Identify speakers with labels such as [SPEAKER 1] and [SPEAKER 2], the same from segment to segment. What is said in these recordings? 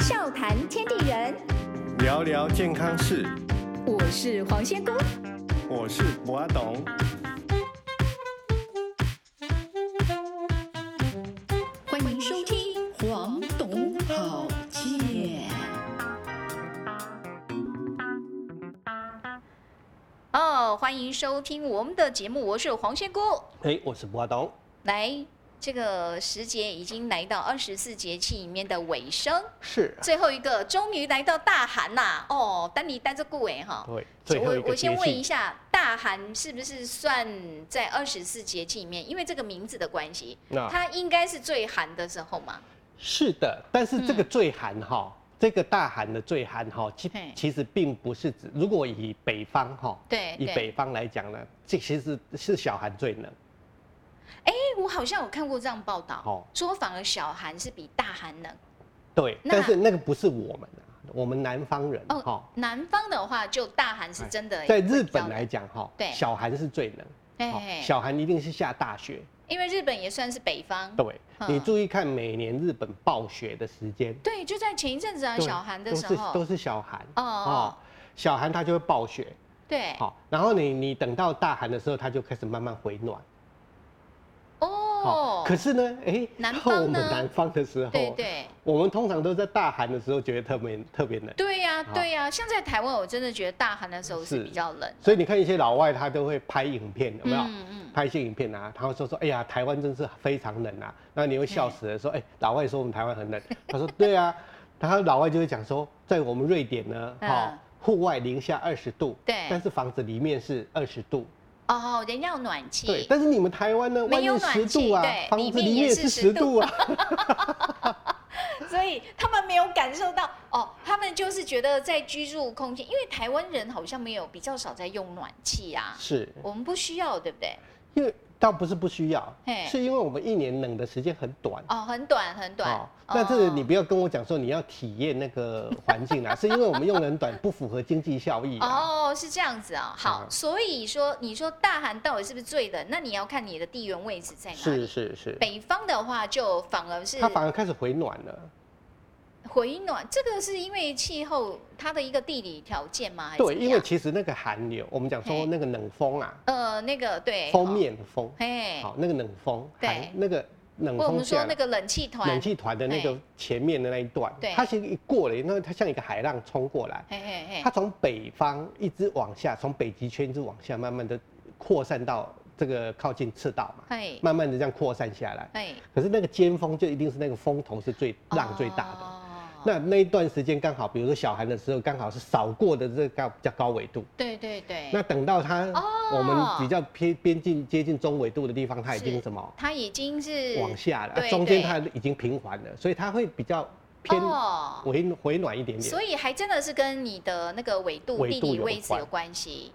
[SPEAKER 1] 笑谈天地人，
[SPEAKER 2] 聊聊健康事，
[SPEAKER 1] 我是黄仙姑。
[SPEAKER 2] 我是博阿董。
[SPEAKER 1] 欢迎收听《黄董好见》。哦，欢迎收听我们的节目，我是黄仙姑。
[SPEAKER 3] 哎，我是博东。
[SPEAKER 1] 来，这个时节已经来到二十四节气里面的尾声，
[SPEAKER 3] 是，
[SPEAKER 1] 最后一个终于来到大寒啦！哦，丹尼待着顾哎哈。
[SPEAKER 3] 对，最后一
[SPEAKER 1] 我
[SPEAKER 3] 个
[SPEAKER 1] 我先
[SPEAKER 3] 节
[SPEAKER 1] 问一
[SPEAKER 3] 气，
[SPEAKER 1] 下，大寒是不是算在二十四节气里面？因为这个名字的关系，
[SPEAKER 3] 那
[SPEAKER 1] 它应该是最寒的时候嘛。
[SPEAKER 3] 是的，但
[SPEAKER 1] 嗯
[SPEAKER 3] 是这个最寒哈，这个大寒的最寒哈，其
[SPEAKER 1] 嘿
[SPEAKER 3] 其实并不是指，如果以北方哈，
[SPEAKER 1] 对
[SPEAKER 3] 以
[SPEAKER 1] 对
[SPEAKER 3] 北方来讲呢，这其实是小寒最冷，
[SPEAKER 1] 哎、我好像有看过这样报道，
[SPEAKER 3] 哦
[SPEAKER 1] 说反而小寒是比大寒冷。
[SPEAKER 3] 对，
[SPEAKER 1] 那
[SPEAKER 3] 但是那个不是我们啊，我们南方人
[SPEAKER 1] 哦
[SPEAKER 3] 哈，
[SPEAKER 1] 南方的话，就大寒是真的。
[SPEAKER 3] 哎在日本来，讲哈
[SPEAKER 1] 对，
[SPEAKER 3] 小寒是最冷，
[SPEAKER 1] 哎、
[SPEAKER 3] 哦小寒一定是下大雪，
[SPEAKER 1] 因为日本也算是北方。
[SPEAKER 3] 对，你
[SPEAKER 1] 嗯
[SPEAKER 3] 注意看每年日本暴雪的时间，
[SPEAKER 1] 对，就在前一阵子啊，
[SPEAKER 3] 对
[SPEAKER 1] 小寒的
[SPEAKER 3] 都
[SPEAKER 1] 时
[SPEAKER 3] 是
[SPEAKER 1] 候，
[SPEAKER 3] 都是小寒
[SPEAKER 1] 哦哎
[SPEAKER 3] 哦，小寒它就会暴雪。
[SPEAKER 1] 对，
[SPEAKER 3] 好，然后你你等到大寒的时候，它就开始慢慢回暖。
[SPEAKER 1] 哦
[SPEAKER 3] 好，，可是呢，哎，
[SPEAKER 1] 南
[SPEAKER 3] 到
[SPEAKER 1] 方呢
[SPEAKER 3] 我们南方的时候，
[SPEAKER 1] 对对。
[SPEAKER 3] 我们通常都在大寒的时候觉得特别特别冷，
[SPEAKER 1] 对呀、
[SPEAKER 3] 好
[SPEAKER 1] 对呀、像在台湾，我真的觉得大寒的时候是
[SPEAKER 3] 是
[SPEAKER 1] 比较冷的。
[SPEAKER 3] 所以你看一些老外他都会拍影片，有没有？
[SPEAKER 1] 嗯嗯
[SPEAKER 3] 拍一些影片啊，他会说说，哎呀，台湾真是非常冷啊，那你会笑死了，说，哎，老外说我们台湾 很冷，他说对啊，然后老外就会讲说，在我们瑞典呢，
[SPEAKER 1] 嗯
[SPEAKER 3] 哈、户外零下二十度，
[SPEAKER 1] 对
[SPEAKER 3] 但是房子里面是二十度，
[SPEAKER 1] 哦，人家有暖气。
[SPEAKER 3] 对，但是你们台湾呢，
[SPEAKER 1] 没
[SPEAKER 3] 外
[SPEAKER 1] 有
[SPEAKER 3] 面十
[SPEAKER 1] 暖气
[SPEAKER 3] 度啊
[SPEAKER 1] 对，
[SPEAKER 3] 房
[SPEAKER 1] 里
[SPEAKER 3] 子
[SPEAKER 1] 面
[SPEAKER 3] 里
[SPEAKER 1] 也
[SPEAKER 3] 面
[SPEAKER 1] 是
[SPEAKER 3] 是
[SPEAKER 1] 10
[SPEAKER 3] 十度 啊，
[SPEAKER 1] 所以他们没有感受到哦，他们就是觉得在居住空间，因为台湾人好像没有比较少在用暖气啊，
[SPEAKER 3] 是，
[SPEAKER 1] 我们不需要，对不对？
[SPEAKER 3] 因为倒不是不需要
[SPEAKER 1] 嘿，
[SPEAKER 3] 是因为我们一年冷的时间很短。
[SPEAKER 1] 哦，很短很短。
[SPEAKER 3] 哦那这个你
[SPEAKER 1] 哦
[SPEAKER 3] 不要跟我讲说你要体验那个环境 啊，是因为我们用人短不符合经济效益啊。
[SPEAKER 1] 哦是这样子啊、好，
[SPEAKER 3] 嗯
[SPEAKER 1] 所以说你说大寒到底是不是最冷？那你要看你的地缘位置在哪
[SPEAKER 3] 是
[SPEAKER 1] 里。
[SPEAKER 3] 是是，
[SPEAKER 1] 北方的话就反而是
[SPEAKER 3] 它反而开始回暖了。
[SPEAKER 1] 回暖，这个是因为气候它的一个地理条件吗？还是怎
[SPEAKER 3] 对，因
[SPEAKER 1] 么
[SPEAKER 3] 为
[SPEAKER 1] 样
[SPEAKER 3] 其实那个寒流，我们讲
[SPEAKER 1] 啊嘿
[SPEAKER 3] 说那个冷风啊，
[SPEAKER 1] 呃那个对
[SPEAKER 3] 封，面风
[SPEAKER 1] 哦，嘿，
[SPEAKER 3] 好，那个冷风，
[SPEAKER 1] 对
[SPEAKER 3] 寒那个冷
[SPEAKER 1] 我
[SPEAKER 3] 风
[SPEAKER 1] 们说
[SPEAKER 3] 下
[SPEAKER 1] 那
[SPEAKER 3] 来。
[SPEAKER 1] 个冷气团，
[SPEAKER 3] 冷气团的那个
[SPEAKER 1] 嘿
[SPEAKER 3] 前面的那一段
[SPEAKER 1] 对，
[SPEAKER 3] 它其实一过了，那它像一个海浪冲过来，
[SPEAKER 1] 嘿嘿嘿
[SPEAKER 3] 它，从北方一直往下，从北极圈一直往下，慢慢的扩散到这个靠近赤道嘛，
[SPEAKER 1] 嘿，
[SPEAKER 3] 慢慢的这样扩散下来。
[SPEAKER 1] 嘿，
[SPEAKER 3] 可是那个尖峰就一定是那个风头是最浪最大的。
[SPEAKER 1] 哦
[SPEAKER 3] 那那一段时间刚好，比如说小寒的时候，刚好是扫过的这个高比较高纬度。
[SPEAKER 1] 对对对，
[SPEAKER 3] 那等到它
[SPEAKER 1] 哦
[SPEAKER 3] 我们比较偏边境接近中纬度的地方，它已
[SPEAKER 1] 是
[SPEAKER 3] 经什么
[SPEAKER 1] 它已经是
[SPEAKER 3] 往下了，
[SPEAKER 1] 对
[SPEAKER 3] 中间
[SPEAKER 1] 对
[SPEAKER 3] 它已经平缓了，所以它会比较偏
[SPEAKER 1] 哦
[SPEAKER 3] 回回暖一点点。
[SPEAKER 1] 所以还真的是跟你的那个纬度、
[SPEAKER 3] 纬
[SPEAKER 1] 地
[SPEAKER 3] 度
[SPEAKER 1] 理
[SPEAKER 3] 有
[SPEAKER 1] 位置
[SPEAKER 3] 关
[SPEAKER 1] 有关系。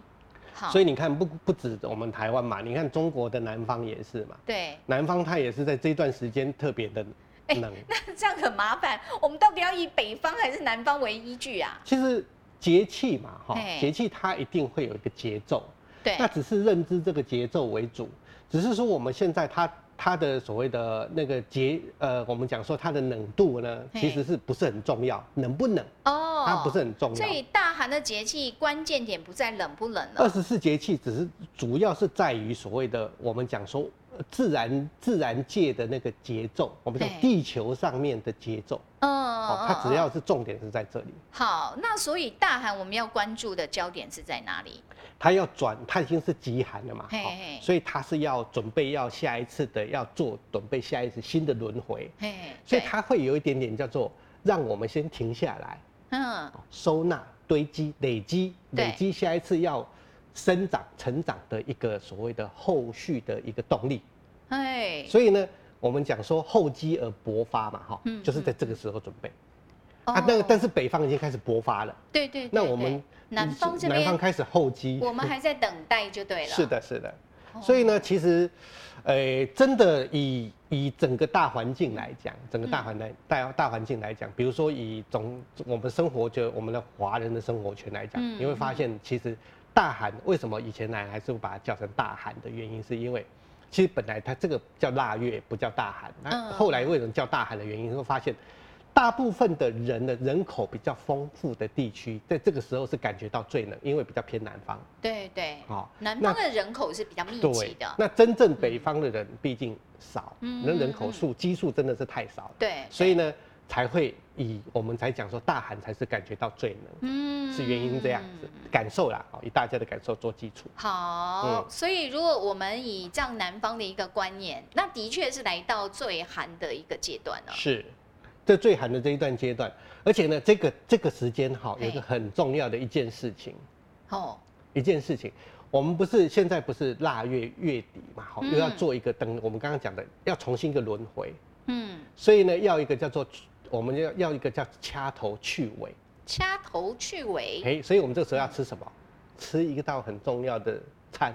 [SPEAKER 1] 好，
[SPEAKER 3] 所
[SPEAKER 1] 以
[SPEAKER 3] 以你看不，不止我们台湾嘛，你看中国的南方也是嘛，
[SPEAKER 1] 对，
[SPEAKER 3] 南方它也是在这一段时间特别的
[SPEAKER 1] 哎
[SPEAKER 3] 冷。
[SPEAKER 1] 那这样很麻烦。我们到底要以北方还是南方为依据啊？
[SPEAKER 3] 其实节气嘛，哈
[SPEAKER 1] 嘿，
[SPEAKER 3] 节气它一定会有一个节奏，
[SPEAKER 1] 对
[SPEAKER 3] 那，只是认知这个节奏为主，只是说我们现在它它的所谓的那个节，呃，我们讲说它的冷度呢，
[SPEAKER 1] 嘿
[SPEAKER 3] 其实是不是很重要，冷不冷，
[SPEAKER 1] 哦，
[SPEAKER 3] 它不是很重
[SPEAKER 1] 所
[SPEAKER 3] 要。
[SPEAKER 1] 以大寒的节气关键点不在冷不冷
[SPEAKER 3] 二
[SPEAKER 1] 了。
[SPEAKER 3] 十四节气只是主要是在于所谓的我们讲说呃自然自然界的那个节奏，我们讲
[SPEAKER 1] 对
[SPEAKER 3] 地球上面的节奏，
[SPEAKER 1] 嗯，
[SPEAKER 3] 哦，
[SPEAKER 1] 嗯
[SPEAKER 3] 它只
[SPEAKER 1] 嗯
[SPEAKER 3] 要是重点是在这里，
[SPEAKER 1] 好，那所以大寒我们要关注的焦点是在哪里？
[SPEAKER 3] 它要转，它已经是极寒了嘛，
[SPEAKER 1] 嘿
[SPEAKER 3] 好
[SPEAKER 1] 嘿
[SPEAKER 3] 所以它是要准备要下一次的要做准备下一次新的轮回，
[SPEAKER 1] 嘿，
[SPEAKER 3] 所
[SPEAKER 1] 对
[SPEAKER 3] 以它会有一点点叫做让我们先停下来，
[SPEAKER 1] 嗯，
[SPEAKER 3] 哦收纳、堆积、累积、
[SPEAKER 1] 对
[SPEAKER 3] 累积下一次要生长、成长的一个所谓的后续的一个动力。
[SPEAKER 1] 哎，
[SPEAKER 3] 所以呢，我们讲说厚积而薄发嘛，哈、
[SPEAKER 1] 嗯
[SPEAKER 3] 就是在这个时候准备、
[SPEAKER 1] 哦
[SPEAKER 3] 啊。那个但是北方已经开始薄发了，
[SPEAKER 1] 对对，对
[SPEAKER 3] 那我
[SPEAKER 1] 对
[SPEAKER 3] 们嗯
[SPEAKER 1] 南方这
[SPEAKER 3] 南方
[SPEAKER 1] 边，
[SPEAKER 3] 开始厚积，
[SPEAKER 1] 我 们还在等待就对了。
[SPEAKER 3] 是，的，是的。
[SPEAKER 1] 哦
[SPEAKER 3] 所以呢，其实，呃，真的以以整个大环境来讲，整个大环
[SPEAKER 1] 嗯
[SPEAKER 3] 来大大环境来讲，比如说以总我们生活就我们的华人的生活圈来讲，
[SPEAKER 1] 嗯
[SPEAKER 3] 你会发现其实大寒为什么以前来还是会把它叫成大寒的原因，是因为其实本来它这个叫腊月不叫大寒，那
[SPEAKER 1] 嗯
[SPEAKER 3] 后来为什么叫大寒的原因，会发现大部分的人的人口比较丰富的地区，在这个时候是感觉到最冷，因为比较偏南方
[SPEAKER 1] 对对，
[SPEAKER 3] 啊。
[SPEAKER 1] 南
[SPEAKER 3] 那
[SPEAKER 1] 方的人口是比较密集
[SPEAKER 3] 对
[SPEAKER 1] 的，，
[SPEAKER 3] 那真正北方的人毕竟少，
[SPEAKER 1] 嗯
[SPEAKER 3] 那人口数基数真的是太少了，
[SPEAKER 1] 对，
[SPEAKER 3] 所以呢才会以我们才讲说大寒才是感觉到最冷，
[SPEAKER 1] 嗯
[SPEAKER 3] 是原因这样子感受啦，哦以大家的感受做基础。嗯
[SPEAKER 1] 好，所以如果我们以这样南方的一个观念，那的确是来到最寒的一个阶段了。
[SPEAKER 3] 是，这最寒的这一段阶段，而且呢，这个这个时间哈，
[SPEAKER 1] 嘿
[SPEAKER 3] 有一个很重要的一件事情，
[SPEAKER 1] 哦，
[SPEAKER 3] 一件事情，我们不是现在不是腊月月底嘛，好，又要
[SPEAKER 1] 嗯
[SPEAKER 3] 做一个等我们刚刚讲的，要重新一个轮回，
[SPEAKER 1] 嗯，
[SPEAKER 3] 所以呢，要一个叫做我们要要一个叫掐头去尾，
[SPEAKER 1] 掐头去尾
[SPEAKER 3] 哎，所以我们这个时候要吃什么？吃一道很重要的餐，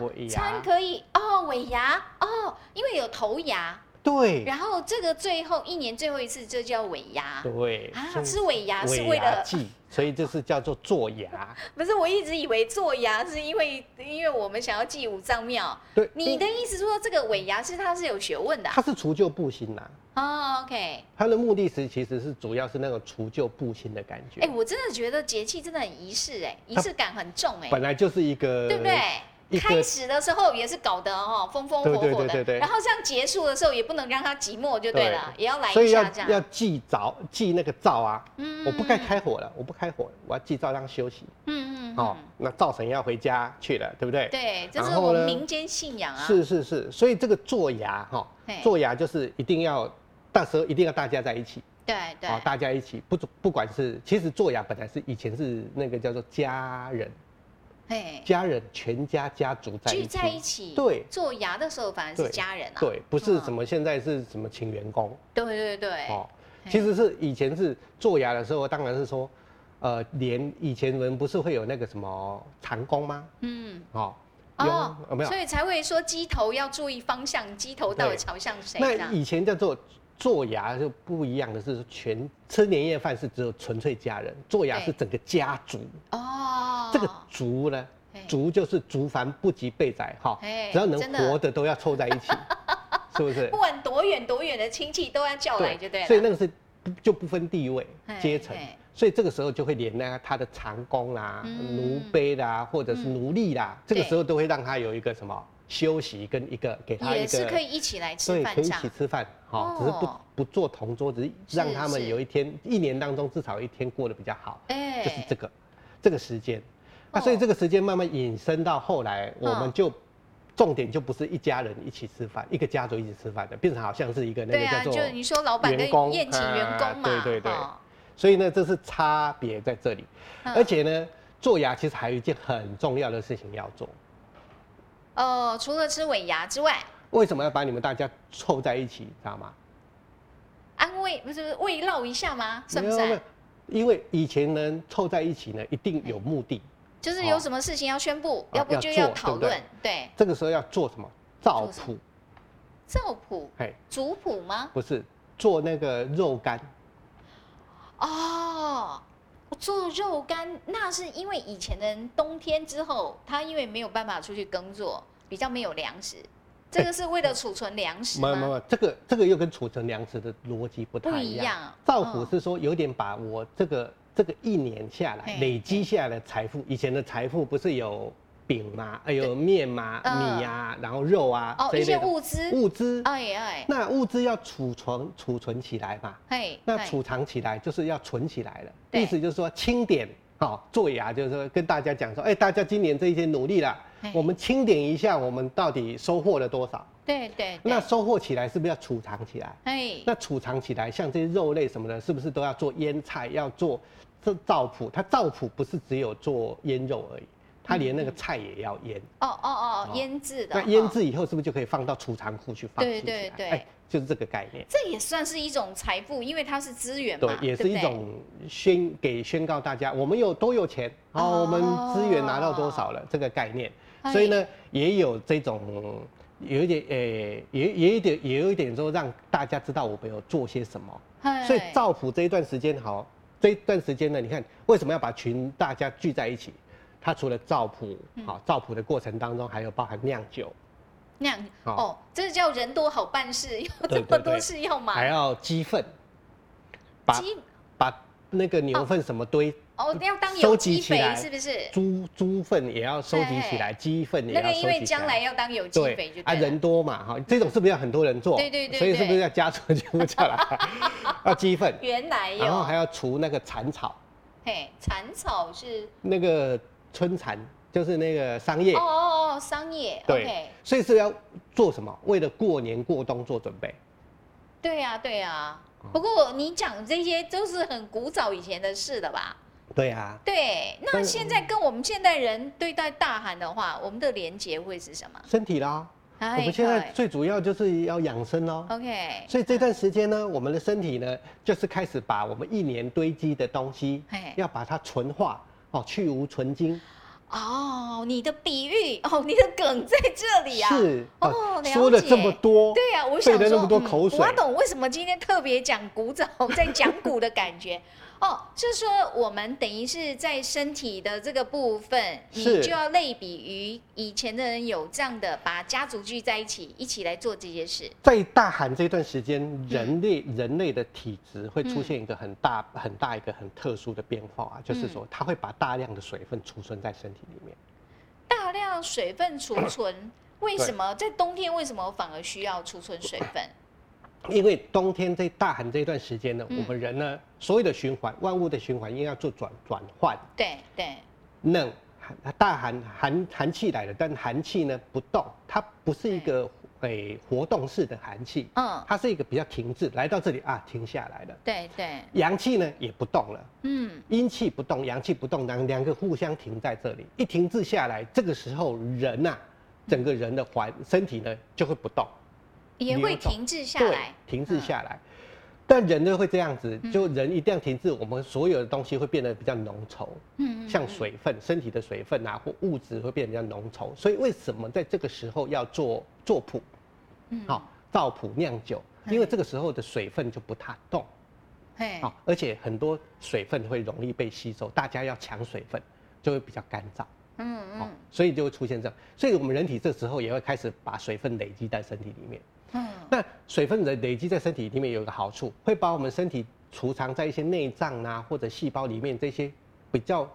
[SPEAKER 3] 尾牙
[SPEAKER 1] 啊餐可以哦，尾牙哦，因为有头牙，
[SPEAKER 3] 对
[SPEAKER 1] 然后这个最后一年最后一次就叫尾牙
[SPEAKER 3] 对
[SPEAKER 1] 啊，
[SPEAKER 3] 所以
[SPEAKER 1] 吃尾牙是
[SPEAKER 3] 尾
[SPEAKER 1] 为
[SPEAKER 3] 牙
[SPEAKER 1] 了
[SPEAKER 3] 祭，所以这是叫做 做牙，
[SPEAKER 1] 不是？我一直以为做牙是因为因为我们想要祭五脏庙，
[SPEAKER 3] 对，
[SPEAKER 1] 你的意思说这个尾牙是它是有学问的啊
[SPEAKER 3] 它是除旧布新啦、
[SPEAKER 1] 哦？OK，
[SPEAKER 3] 它的目的是其实是主要是那种除旧布新的感觉。
[SPEAKER 1] 哎，我真的觉得节气真的很仪式，哎，仪
[SPEAKER 3] 它
[SPEAKER 1] 式感很重，哎，
[SPEAKER 3] 本来就是一个，
[SPEAKER 1] 对不
[SPEAKER 3] 一
[SPEAKER 1] 对？
[SPEAKER 3] 个
[SPEAKER 1] 开始的时候也是搞得哦风风火
[SPEAKER 3] 对
[SPEAKER 1] 火
[SPEAKER 3] 对对对
[SPEAKER 1] 的，
[SPEAKER 3] 对
[SPEAKER 1] 然后这样结束的时候也不能让它寂寞就对了，也要来
[SPEAKER 3] 所
[SPEAKER 1] 一
[SPEAKER 3] 以要
[SPEAKER 1] 下这
[SPEAKER 3] 要
[SPEAKER 1] 样。
[SPEAKER 3] 祭灶，祭那个灶啊。
[SPEAKER 1] 嗯
[SPEAKER 3] 我不该开火了，我不开火，我要祭灶让休息。
[SPEAKER 1] 嗯嗯
[SPEAKER 3] 哦
[SPEAKER 1] 哦，，
[SPEAKER 3] 那灶神要回家去了，对不对？
[SPEAKER 1] 对，这
[SPEAKER 3] 然
[SPEAKER 1] 是
[SPEAKER 3] 后
[SPEAKER 1] 我们
[SPEAKER 3] 呢
[SPEAKER 1] 民间信仰啊。
[SPEAKER 3] 是是是，所以这个做牙哈
[SPEAKER 1] 嘿，
[SPEAKER 3] 做牙就是一定要，到时候一定要大家在一起，
[SPEAKER 1] 对对
[SPEAKER 3] 哦，大家一起，不不管是，其实做牙本来是以前是那个叫做家人，
[SPEAKER 1] 嘿，
[SPEAKER 3] 家人全家家族在
[SPEAKER 1] 聚
[SPEAKER 3] 一起，
[SPEAKER 1] 在一起，
[SPEAKER 3] 对
[SPEAKER 1] 做牙的时候反而是
[SPEAKER 3] 对
[SPEAKER 1] 家人啊，
[SPEAKER 3] 对，不是
[SPEAKER 1] 嗯
[SPEAKER 3] 什么现在是什么请员工
[SPEAKER 1] 对对对，
[SPEAKER 3] 哦，
[SPEAKER 1] 嘿
[SPEAKER 3] 其实是以前是做牙的时候，当然是说，呃，连以前人不是会有那个什么长工吗？
[SPEAKER 1] 嗯，
[SPEAKER 3] 哦，
[SPEAKER 1] 哦
[SPEAKER 3] 有，没有
[SPEAKER 1] 所？以才会说鸡头要注意方向，鸡头到底
[SPEAKER 3] 对
[SPEAKER 1] 朝向谁这
[SPEAKER 3] 那
[SPEAKER 1] 样，
[SPEAKER 3] 以前叫做做牙就不一样的是，全吃年夜饭是只有纯粹家人，做牙
[SPEAKER 1] 对
[SPEAKER 3] 是整个家族。
[SPEAKER 1] 哦，
[SPEAKER 3] 这个族呢
[SPEAKER 1] 嘿，
[SPEAKER 3] 族就是族繁不及备载哈
[SPEAKER 1] 嘿，
[SPEAKER 3] 只要能
[SPEAKER 1] 真的
[SPEAKER 3] 活的都要凑在一 起，是不是？
[SPEAKER 1] 不管多远多远的亲戚都要叫来就对了，
[SPEAKER 3] 所以那个是不就不分地位
[SPEAKER 1] 嘿
[SPEAKER 3] 阶层
[SPEAKER 1] 嘿，
[SPEAKER 3] 所以这个时候就会连那他的长工啦、
[SPEAKER 1] 嗯
[SPEAKER 3] 奴婢啦，或者是奴隶啦，这个时候都会让他有一个什么休息跟一个给他一
[SPEAKER 1] 也是可
[SPEAKER 3] 个。
[SPEAKER 1] 以一起来吃
[SPEAKER 3] 对，
[SPEAKER 1] 饭
[SPEAKER 3] 可以
[SPEAKER 1] 这
[SPEAKER 3] 一
[SPEAKER 1] 样
[SPEAKER 3] 起，吃饭，哈，只是不
[SPEAKER 1] 哦
[SPEAKER 3] 不做同桌，只是
[SPEAKER 1] 是
[SPEAKER 3] 让他们
[SPEAKER 1] 是
[SPEAKER 3] 有一天一年当中至少有一天过得比较好。
[SPEAKER 1] 哎
[SPEAKER 3] 就是这个这个时间。那、
[SPEAKER 1] 哦
[SPEAKER 3] 所以这个时间慢慢引申到后来，我
[SPEAKER 1] 嗯
[SPEAKER 3] 们就、重点就不是一家人一起吃饭，一个家族一起吃饭的，变成好像是一个那
[SPEAKER 1] 对
[SPEAKER 3] 个
[SPEAKER 1] 啊，
[SPEAKER 3] 叫做，
[SPEAKER 1] 就你说老板跟
[SPEAKER 3] 员工
[SPEAKER 1] 宴请员工嘛，
[SPEAKER 3] 啊对对对
[SPEAKER 1] 哦
[SPEAKER 3] 所以呢，这是差别在这里。
[SPEAKER 1] 嗯
[SPEAKER 3] 而且呢，做牙其实还有一件很重要的事情要做。
[SPEAKER 1] 哦，除了吃尾牙之外，
[SPEAKER 3] 为什么要把你们大家凑在一起，知道吗？
[SPEAKER 1] 安慰不是慰劳一下吗？算不
[SPEAKER 3] 没有没
[SPEAKER 1] 算
[SPEAKER 3] 有？因为以前呢凑在一起呢，一定有目的。
[SPEAKER 1] 就是有什么事情要宣布，
[SPEAKER 3] 啊
[SPEAKER 1] 要不
[SPEAKER 3] 要
[SPEAKER 1] 就
[SPEAKER 3] 做
[SPEAKER 1] 要
[SPEAKER 3] 对
[SPEAKER 1] 讨
[SPEAKER 3] 不对
[SPEAKER 1] 论，对，
[SPEAKER 3] 这个时候要做什么？造
[SPEAKER 1] 做什
[SPEAKER 3] 谱，
[SPEAKER 1] 赵普、
[SPEAKER 3] 哎，
[SPEAKER 1] 族谱吗？
[SPEAKER 3] 不是做那个肉干，
[SPEAKER 1] 哦，做肉干那是因为以前的人冬天之后，他因为没有办法出去耕作，比较没有粮食，这个是为了储存粮食
[SPEAKER 3] 没有没有没
[SPEAKER 1] 吗？
[SPEAKER 3] 有，这个这个又跟储存粮食的逻辑不
[SPEAKER 1] 不
[SPEAKER 3] 太
[SPEAKER 1] 一
[SPEAKER 3] 一样。
[SPEAKER 1] 样，
[SPEAKER 3] 造福
[SPEAKER 1] 嗯
[SPEAKER 3] 是说有点把我这个这个一年下
[SPEAKER 1] 嘿
[SPEAKER 3] 来累积下来的财富，以前的财富不是有饼嘛，呃有面嘛、
[SPEAKER 1] 嗯
[SPEAKER 3] 米啊，然后肉啊
[SPEAKER 1] 哦
[SPEAKER 3] 这
[SPEAKER 1] 一
[SPEAKER 3] 一
[SPEAKER 1] 些
[SPEAKER 3] 类的
[SPEAKER 1] 物资，
[SPEAKER 3] 物资。
[SPEAKER 1] 哎哎，
[SPEAKER 3] 那物资要储存储存起来嘛，
[SPEAKER 1] 嘿，
[SPEAKER 3] 那
[SPEAKER 1] 嘿
[SPEAKER 3] 储藏起来就是要存起来了，
[SPEAKER 1] 对
[SPEAKER 3] 意思就是说清点。好、做牙就是说跟大家讲说，哎、大家今年这一些努力啦
[SPEAKER 1] 嘿，
[SPEAKER 3] 我们清点一下，我们到底收获了多少？
[SPEAKER 1] 对对，
[SPEAKER 3] 那
[SPEAKER 1] 对
[SPEAKER 3] 收获起来是不是要储藏起来？
[SPEAKER 1] 哎，
[SPEAKER 3] 那储藏起来，像这些肉类什么的，是不是都要做腌菜，要做这灶谱？它灶谱不是只有做腌肉而已，它连那个菜也要腌。
[SPEAKER 1] 哦哦哦，
[SPEAKER 3] 哦
[SPEAKER 1] 腌制的，
[SPEAKER 3] 那腌制以后是不是就可以放到储藏库去放
[SPEAKER 1] 对
[SPEAKER 3] 进去啊？
[SPEAKER 1] 对对
[SPEAKER 3] 哎就是这个概念。
[SPEAKER 1] 这也算是一种财富，因为它是资源嘛
[SPEAKER 3] 对，，也
[SPEAKER 1] 不
[SPEAKER 3] 是一
[SPEAKER 1] 对
[SPEAKER 3] 种宣给宣告大家，我们有都有钱，然后我们资源拿到多少了这个概念，
[SPEAKER 1] 哎
[SPEAKER 3] 所以呢，也有这种有一点诶、也也有一点也有一点说让大家知道我们有做些什么。
[SPEAKER 1] 嘿
[SPEAKER 3] 所以赵普这一段时间好，这一段时间呢，你看为什么要把群大家聚在一起？它除了赵普，
[SPEAKER 1] 嗯
[SPEAKER 3] 好赵普的过程当中，还有包含酿酒，
[SPEAKER 1] 那样
[SPEAKER 3] 好
[SPEAKER 1] 哦，这叫人多好办事，有这
[SPEAKER 3] 对
[SPEAKER 1] 么
[SPEAKER 3] 对
[SPEAKER 1] 多
[SPEAKER 3] 对
[SPEAKER 1] 事要忙
[SPEAKER 3] 还要鸡粪，把
[SPEAKER 1] 鸡
[SPEAKER 3] 把那个牛粪什么堆，
[SPEAKER 1] 哦要当有
[SPEAKER 3] 收集
[SPEAKER 1] 机
[SPEAKER 3] 起来
[SPEAKER 1] 肥是不是？
[SPEAKER 3] 猪猪粪也要收集起来，鸡粪也
[SPEAKER 1] 那
[SPEAKER 3] 要
[SPEAKER 1] 个
[SPEAKER 3] 收集起
[SPEAKER 1] 因
[SPEAKER 3] 来。
[SPEAKER 1] 为将来要当有机肥就对
[SPEAKER 3] 对啊，
[SPEAKER 1] 了
[SPEAKER 3] 人多嘛哈，这种是不是要很多人做？
[SPEAKER 1] 对对对
[SPEAKER 3] 所以是不是
[SPEAKER 1] 对
[SPEAKER 3] 要加粗全 部下来？要鸡粪，
[SPEAKER 1] 原来
[SPEAKER 3] 然后还
[SPEAKER 1] 有
[SPEAKER 3] 要除那个残草，
[SPEAKER 1] 嘿蚕草是
[SPEAKER 3] 那个春蚕就是那个桑叶
[SPEAKER 1] 哦，哦哦商业
[SPEAKER 3] 对
[SPEAKER 1] OK
[SPEAKER 3] 所以是要做什么？为了过年过冬做准备。
[SPEAKER 1] 对呀、对呀、
[SPEAKER 3] 嗯
[SPEAKER 1] 不过你讲这些都是很古早以前的事了吧？
[SPEAKER 3] 对啊，
[SPEAKER 1] 对，那
[SPEAKER 3] 但
[SPEAKER 1] 现在跟我们现代人对待大寒的话，我们的连结会是什么？
[SPEAKER 3] 身体啦，
[SPEAKER 1] 我
[SPEAKER 3] 我们现在最主要就是要养生喽。
[SPEAKER 1] OK，
[SPEAKER 3] 所以这段时间呢，我们的身体呢，就是开始把我们一年堆积的东西
[SPEAKER 1] 嘿，
[SPEAKER 3] 要把它纯化哦，去无存精。
[SPEAKER 1] 哦，你的比喻哦，你的梗在这里啊，
[SPEAKER 3] 是
[SPEAKER 1] 哦
[SPEAKER 3] 啊
[SPEAKER 1] 了解
[SPEAKER 3] 说了这么多，
[SPEAKER 1] 对啊，我
[SPEAKER 3] 费
[SPEAKER 1] 想
[SPEAKER 3] 了
[SPEAKER 1] 说，
[SPEAKER 3] 那么多口水
[SPEAKER 1] 我懂为什么今天特别讲古早，在讲古的感觉。 哦，就是说我们等于是在身体的这个部分，你
[SPEAKER 3] 是
[SPEAKER 1] 就要类比于以前的人有这样的，把家族聚在一起，一起来做这些事。
[SPEAKER 3] 在大寒这段时间，人类、
[SPEAKER 1] 嗯
[SPEAKER 3] 人类的体质会出现一个很大、很大一个很特殊的变化啊，
[SPEAKER 1] 嗯
[SPEAKER 3] 就是说它会把大量的水分储存在身体里面。
[SPEAKER 1] 大量水分储存，为什么在冬天为什么反而需要储存水 分？
[SPEAKER 3] 因为冬天这大寒这一段时间呢，
[SPEAKER 1] 嗯
[SPEAKER 3] 我们人呢所有的循环、万物的循环，应该要做转转换。
[SPEAKER 1] 对对，
[SPEAKER 3] 冷寒大寒寒寒气来了，但寒气呢不动，它不是一个诶、活动式的寒气，
[SPEAKER 1] 嗯，
[SPEAKER 3] 它是一个比较停滞，来到这里啊停下来了。
[SPEAKER 1] 对对，
[SPEAKER 3] 阳气呢也不动了，
[SPEAKER 1] 嗯，
[SPEAKER 3] 阴气不动，阳气不动，两两个互相停在这里，一停滞下来，这个时候人呐、啊整个人的环身体呢就会不动，
[SPEAKER 1] 也
[SPEAKER 3] 流
[SPEAKER 1] 会
[SPEAKER 3] 动
[SPEAKER 1] 停滞下
[SPEAKER 3] 对
[SPEAKER 1] 来，
[SPEAKER 3] 停滞
[SPEAKER 1] 嗯
[SPEAKER 3] 下来。但人呢会这样子，就人一旦停滞，我们所有的东西会变得比较浓稠，
[SPEAKER 1] 嗯嗯
[SPEAKER 3] 像水分、身体的水分啊或物质会变得比较浓稠。所以为什么在这个时候要做做谱？
[SPEAKER 1] 嗯
[SPEAKER 3] 好、，造谱酿酒，因为这个时候的水分就不太动。
[SPEAKER 1] 嘿
[SPEAKER 3] 啊，而且很多水分会容易被吸收，大家要抢水分，就会比较干燥，
[SPEAKER 1] 嗯
[SPEAKER 3] 哦
[SPEAKER 1] 嗯，
[SPEAKER 3] 所以就会出现这样。所以我们人体这时候也会开始把水分累积在身体里面。
[SPEAKER 1] 嗯，
[SPEAKER 3] 那水分的累积在身体里面有一个好处，会把我们身体储藏在一些内脏啊或者细胞里面这些比较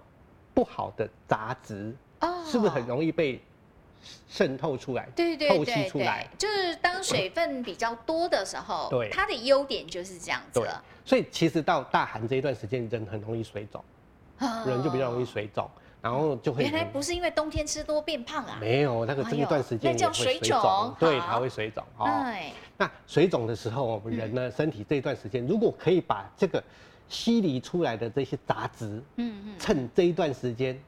[SPEAKER 3] 不好的杂质，
[SPEAKER 1] 哦
[SPEAKER 3] 是不是很容易被渗透出来？
[SPEAKER 1] 对对
[SPEAKER 3] 透
[SPEAKER 1] 对
[SPEAKER 3] 析
[SPEAKER 1] 对，
[SPEAKER 3] 出来
[SPEAKER 1] 就是当水分比较多的时候，
[SPEAKER 3] 对
[SPEAKER 1] 它的优点就是这样子了，
[SPEAKER 3] 所以其实到大寒这一段时间，人很容易水肿，人就比较容易
[SPEAKER 1] 哦。
[SPEAKER 3] 水肿，然后就会
[SPEAKER 1] 原来
[SPEAKER 3] 很
[SPEAKER 1] 不是因为冬天吃多变胖啊，
[SPEAKER 3] 没有，那个
[SPEAKER 1] 哎
[SPEAKER 3] 这一
[SPEAKER 1] 呦
[SPEAKER 3] 段时间
[SPEAKER 1] 那
[SPEAKER 3] 也
[SPEAKER 1] 叫
[SPEAKER 3] 会
[SPEAKER 1] 水
[SPEAKER 3] 水
[SPEAKER 1] 肿
[SPEAKER 3] 肿，对，
[SPEAKER 1] 好
[SPEAKER 3] 它会水肿哦。
[SPEAKER 1] 哎，
[SPEAKER 3] 那水肿的时候，我们人
[SPEAKER 1] 嗯
[SPEAKER 3] 呢身体这一段时间，如果可以把这个吸离出来的这些杂质，
[SPEAKER 1] 嗯嗯，
[SPEAKER 3] 趁这一段时间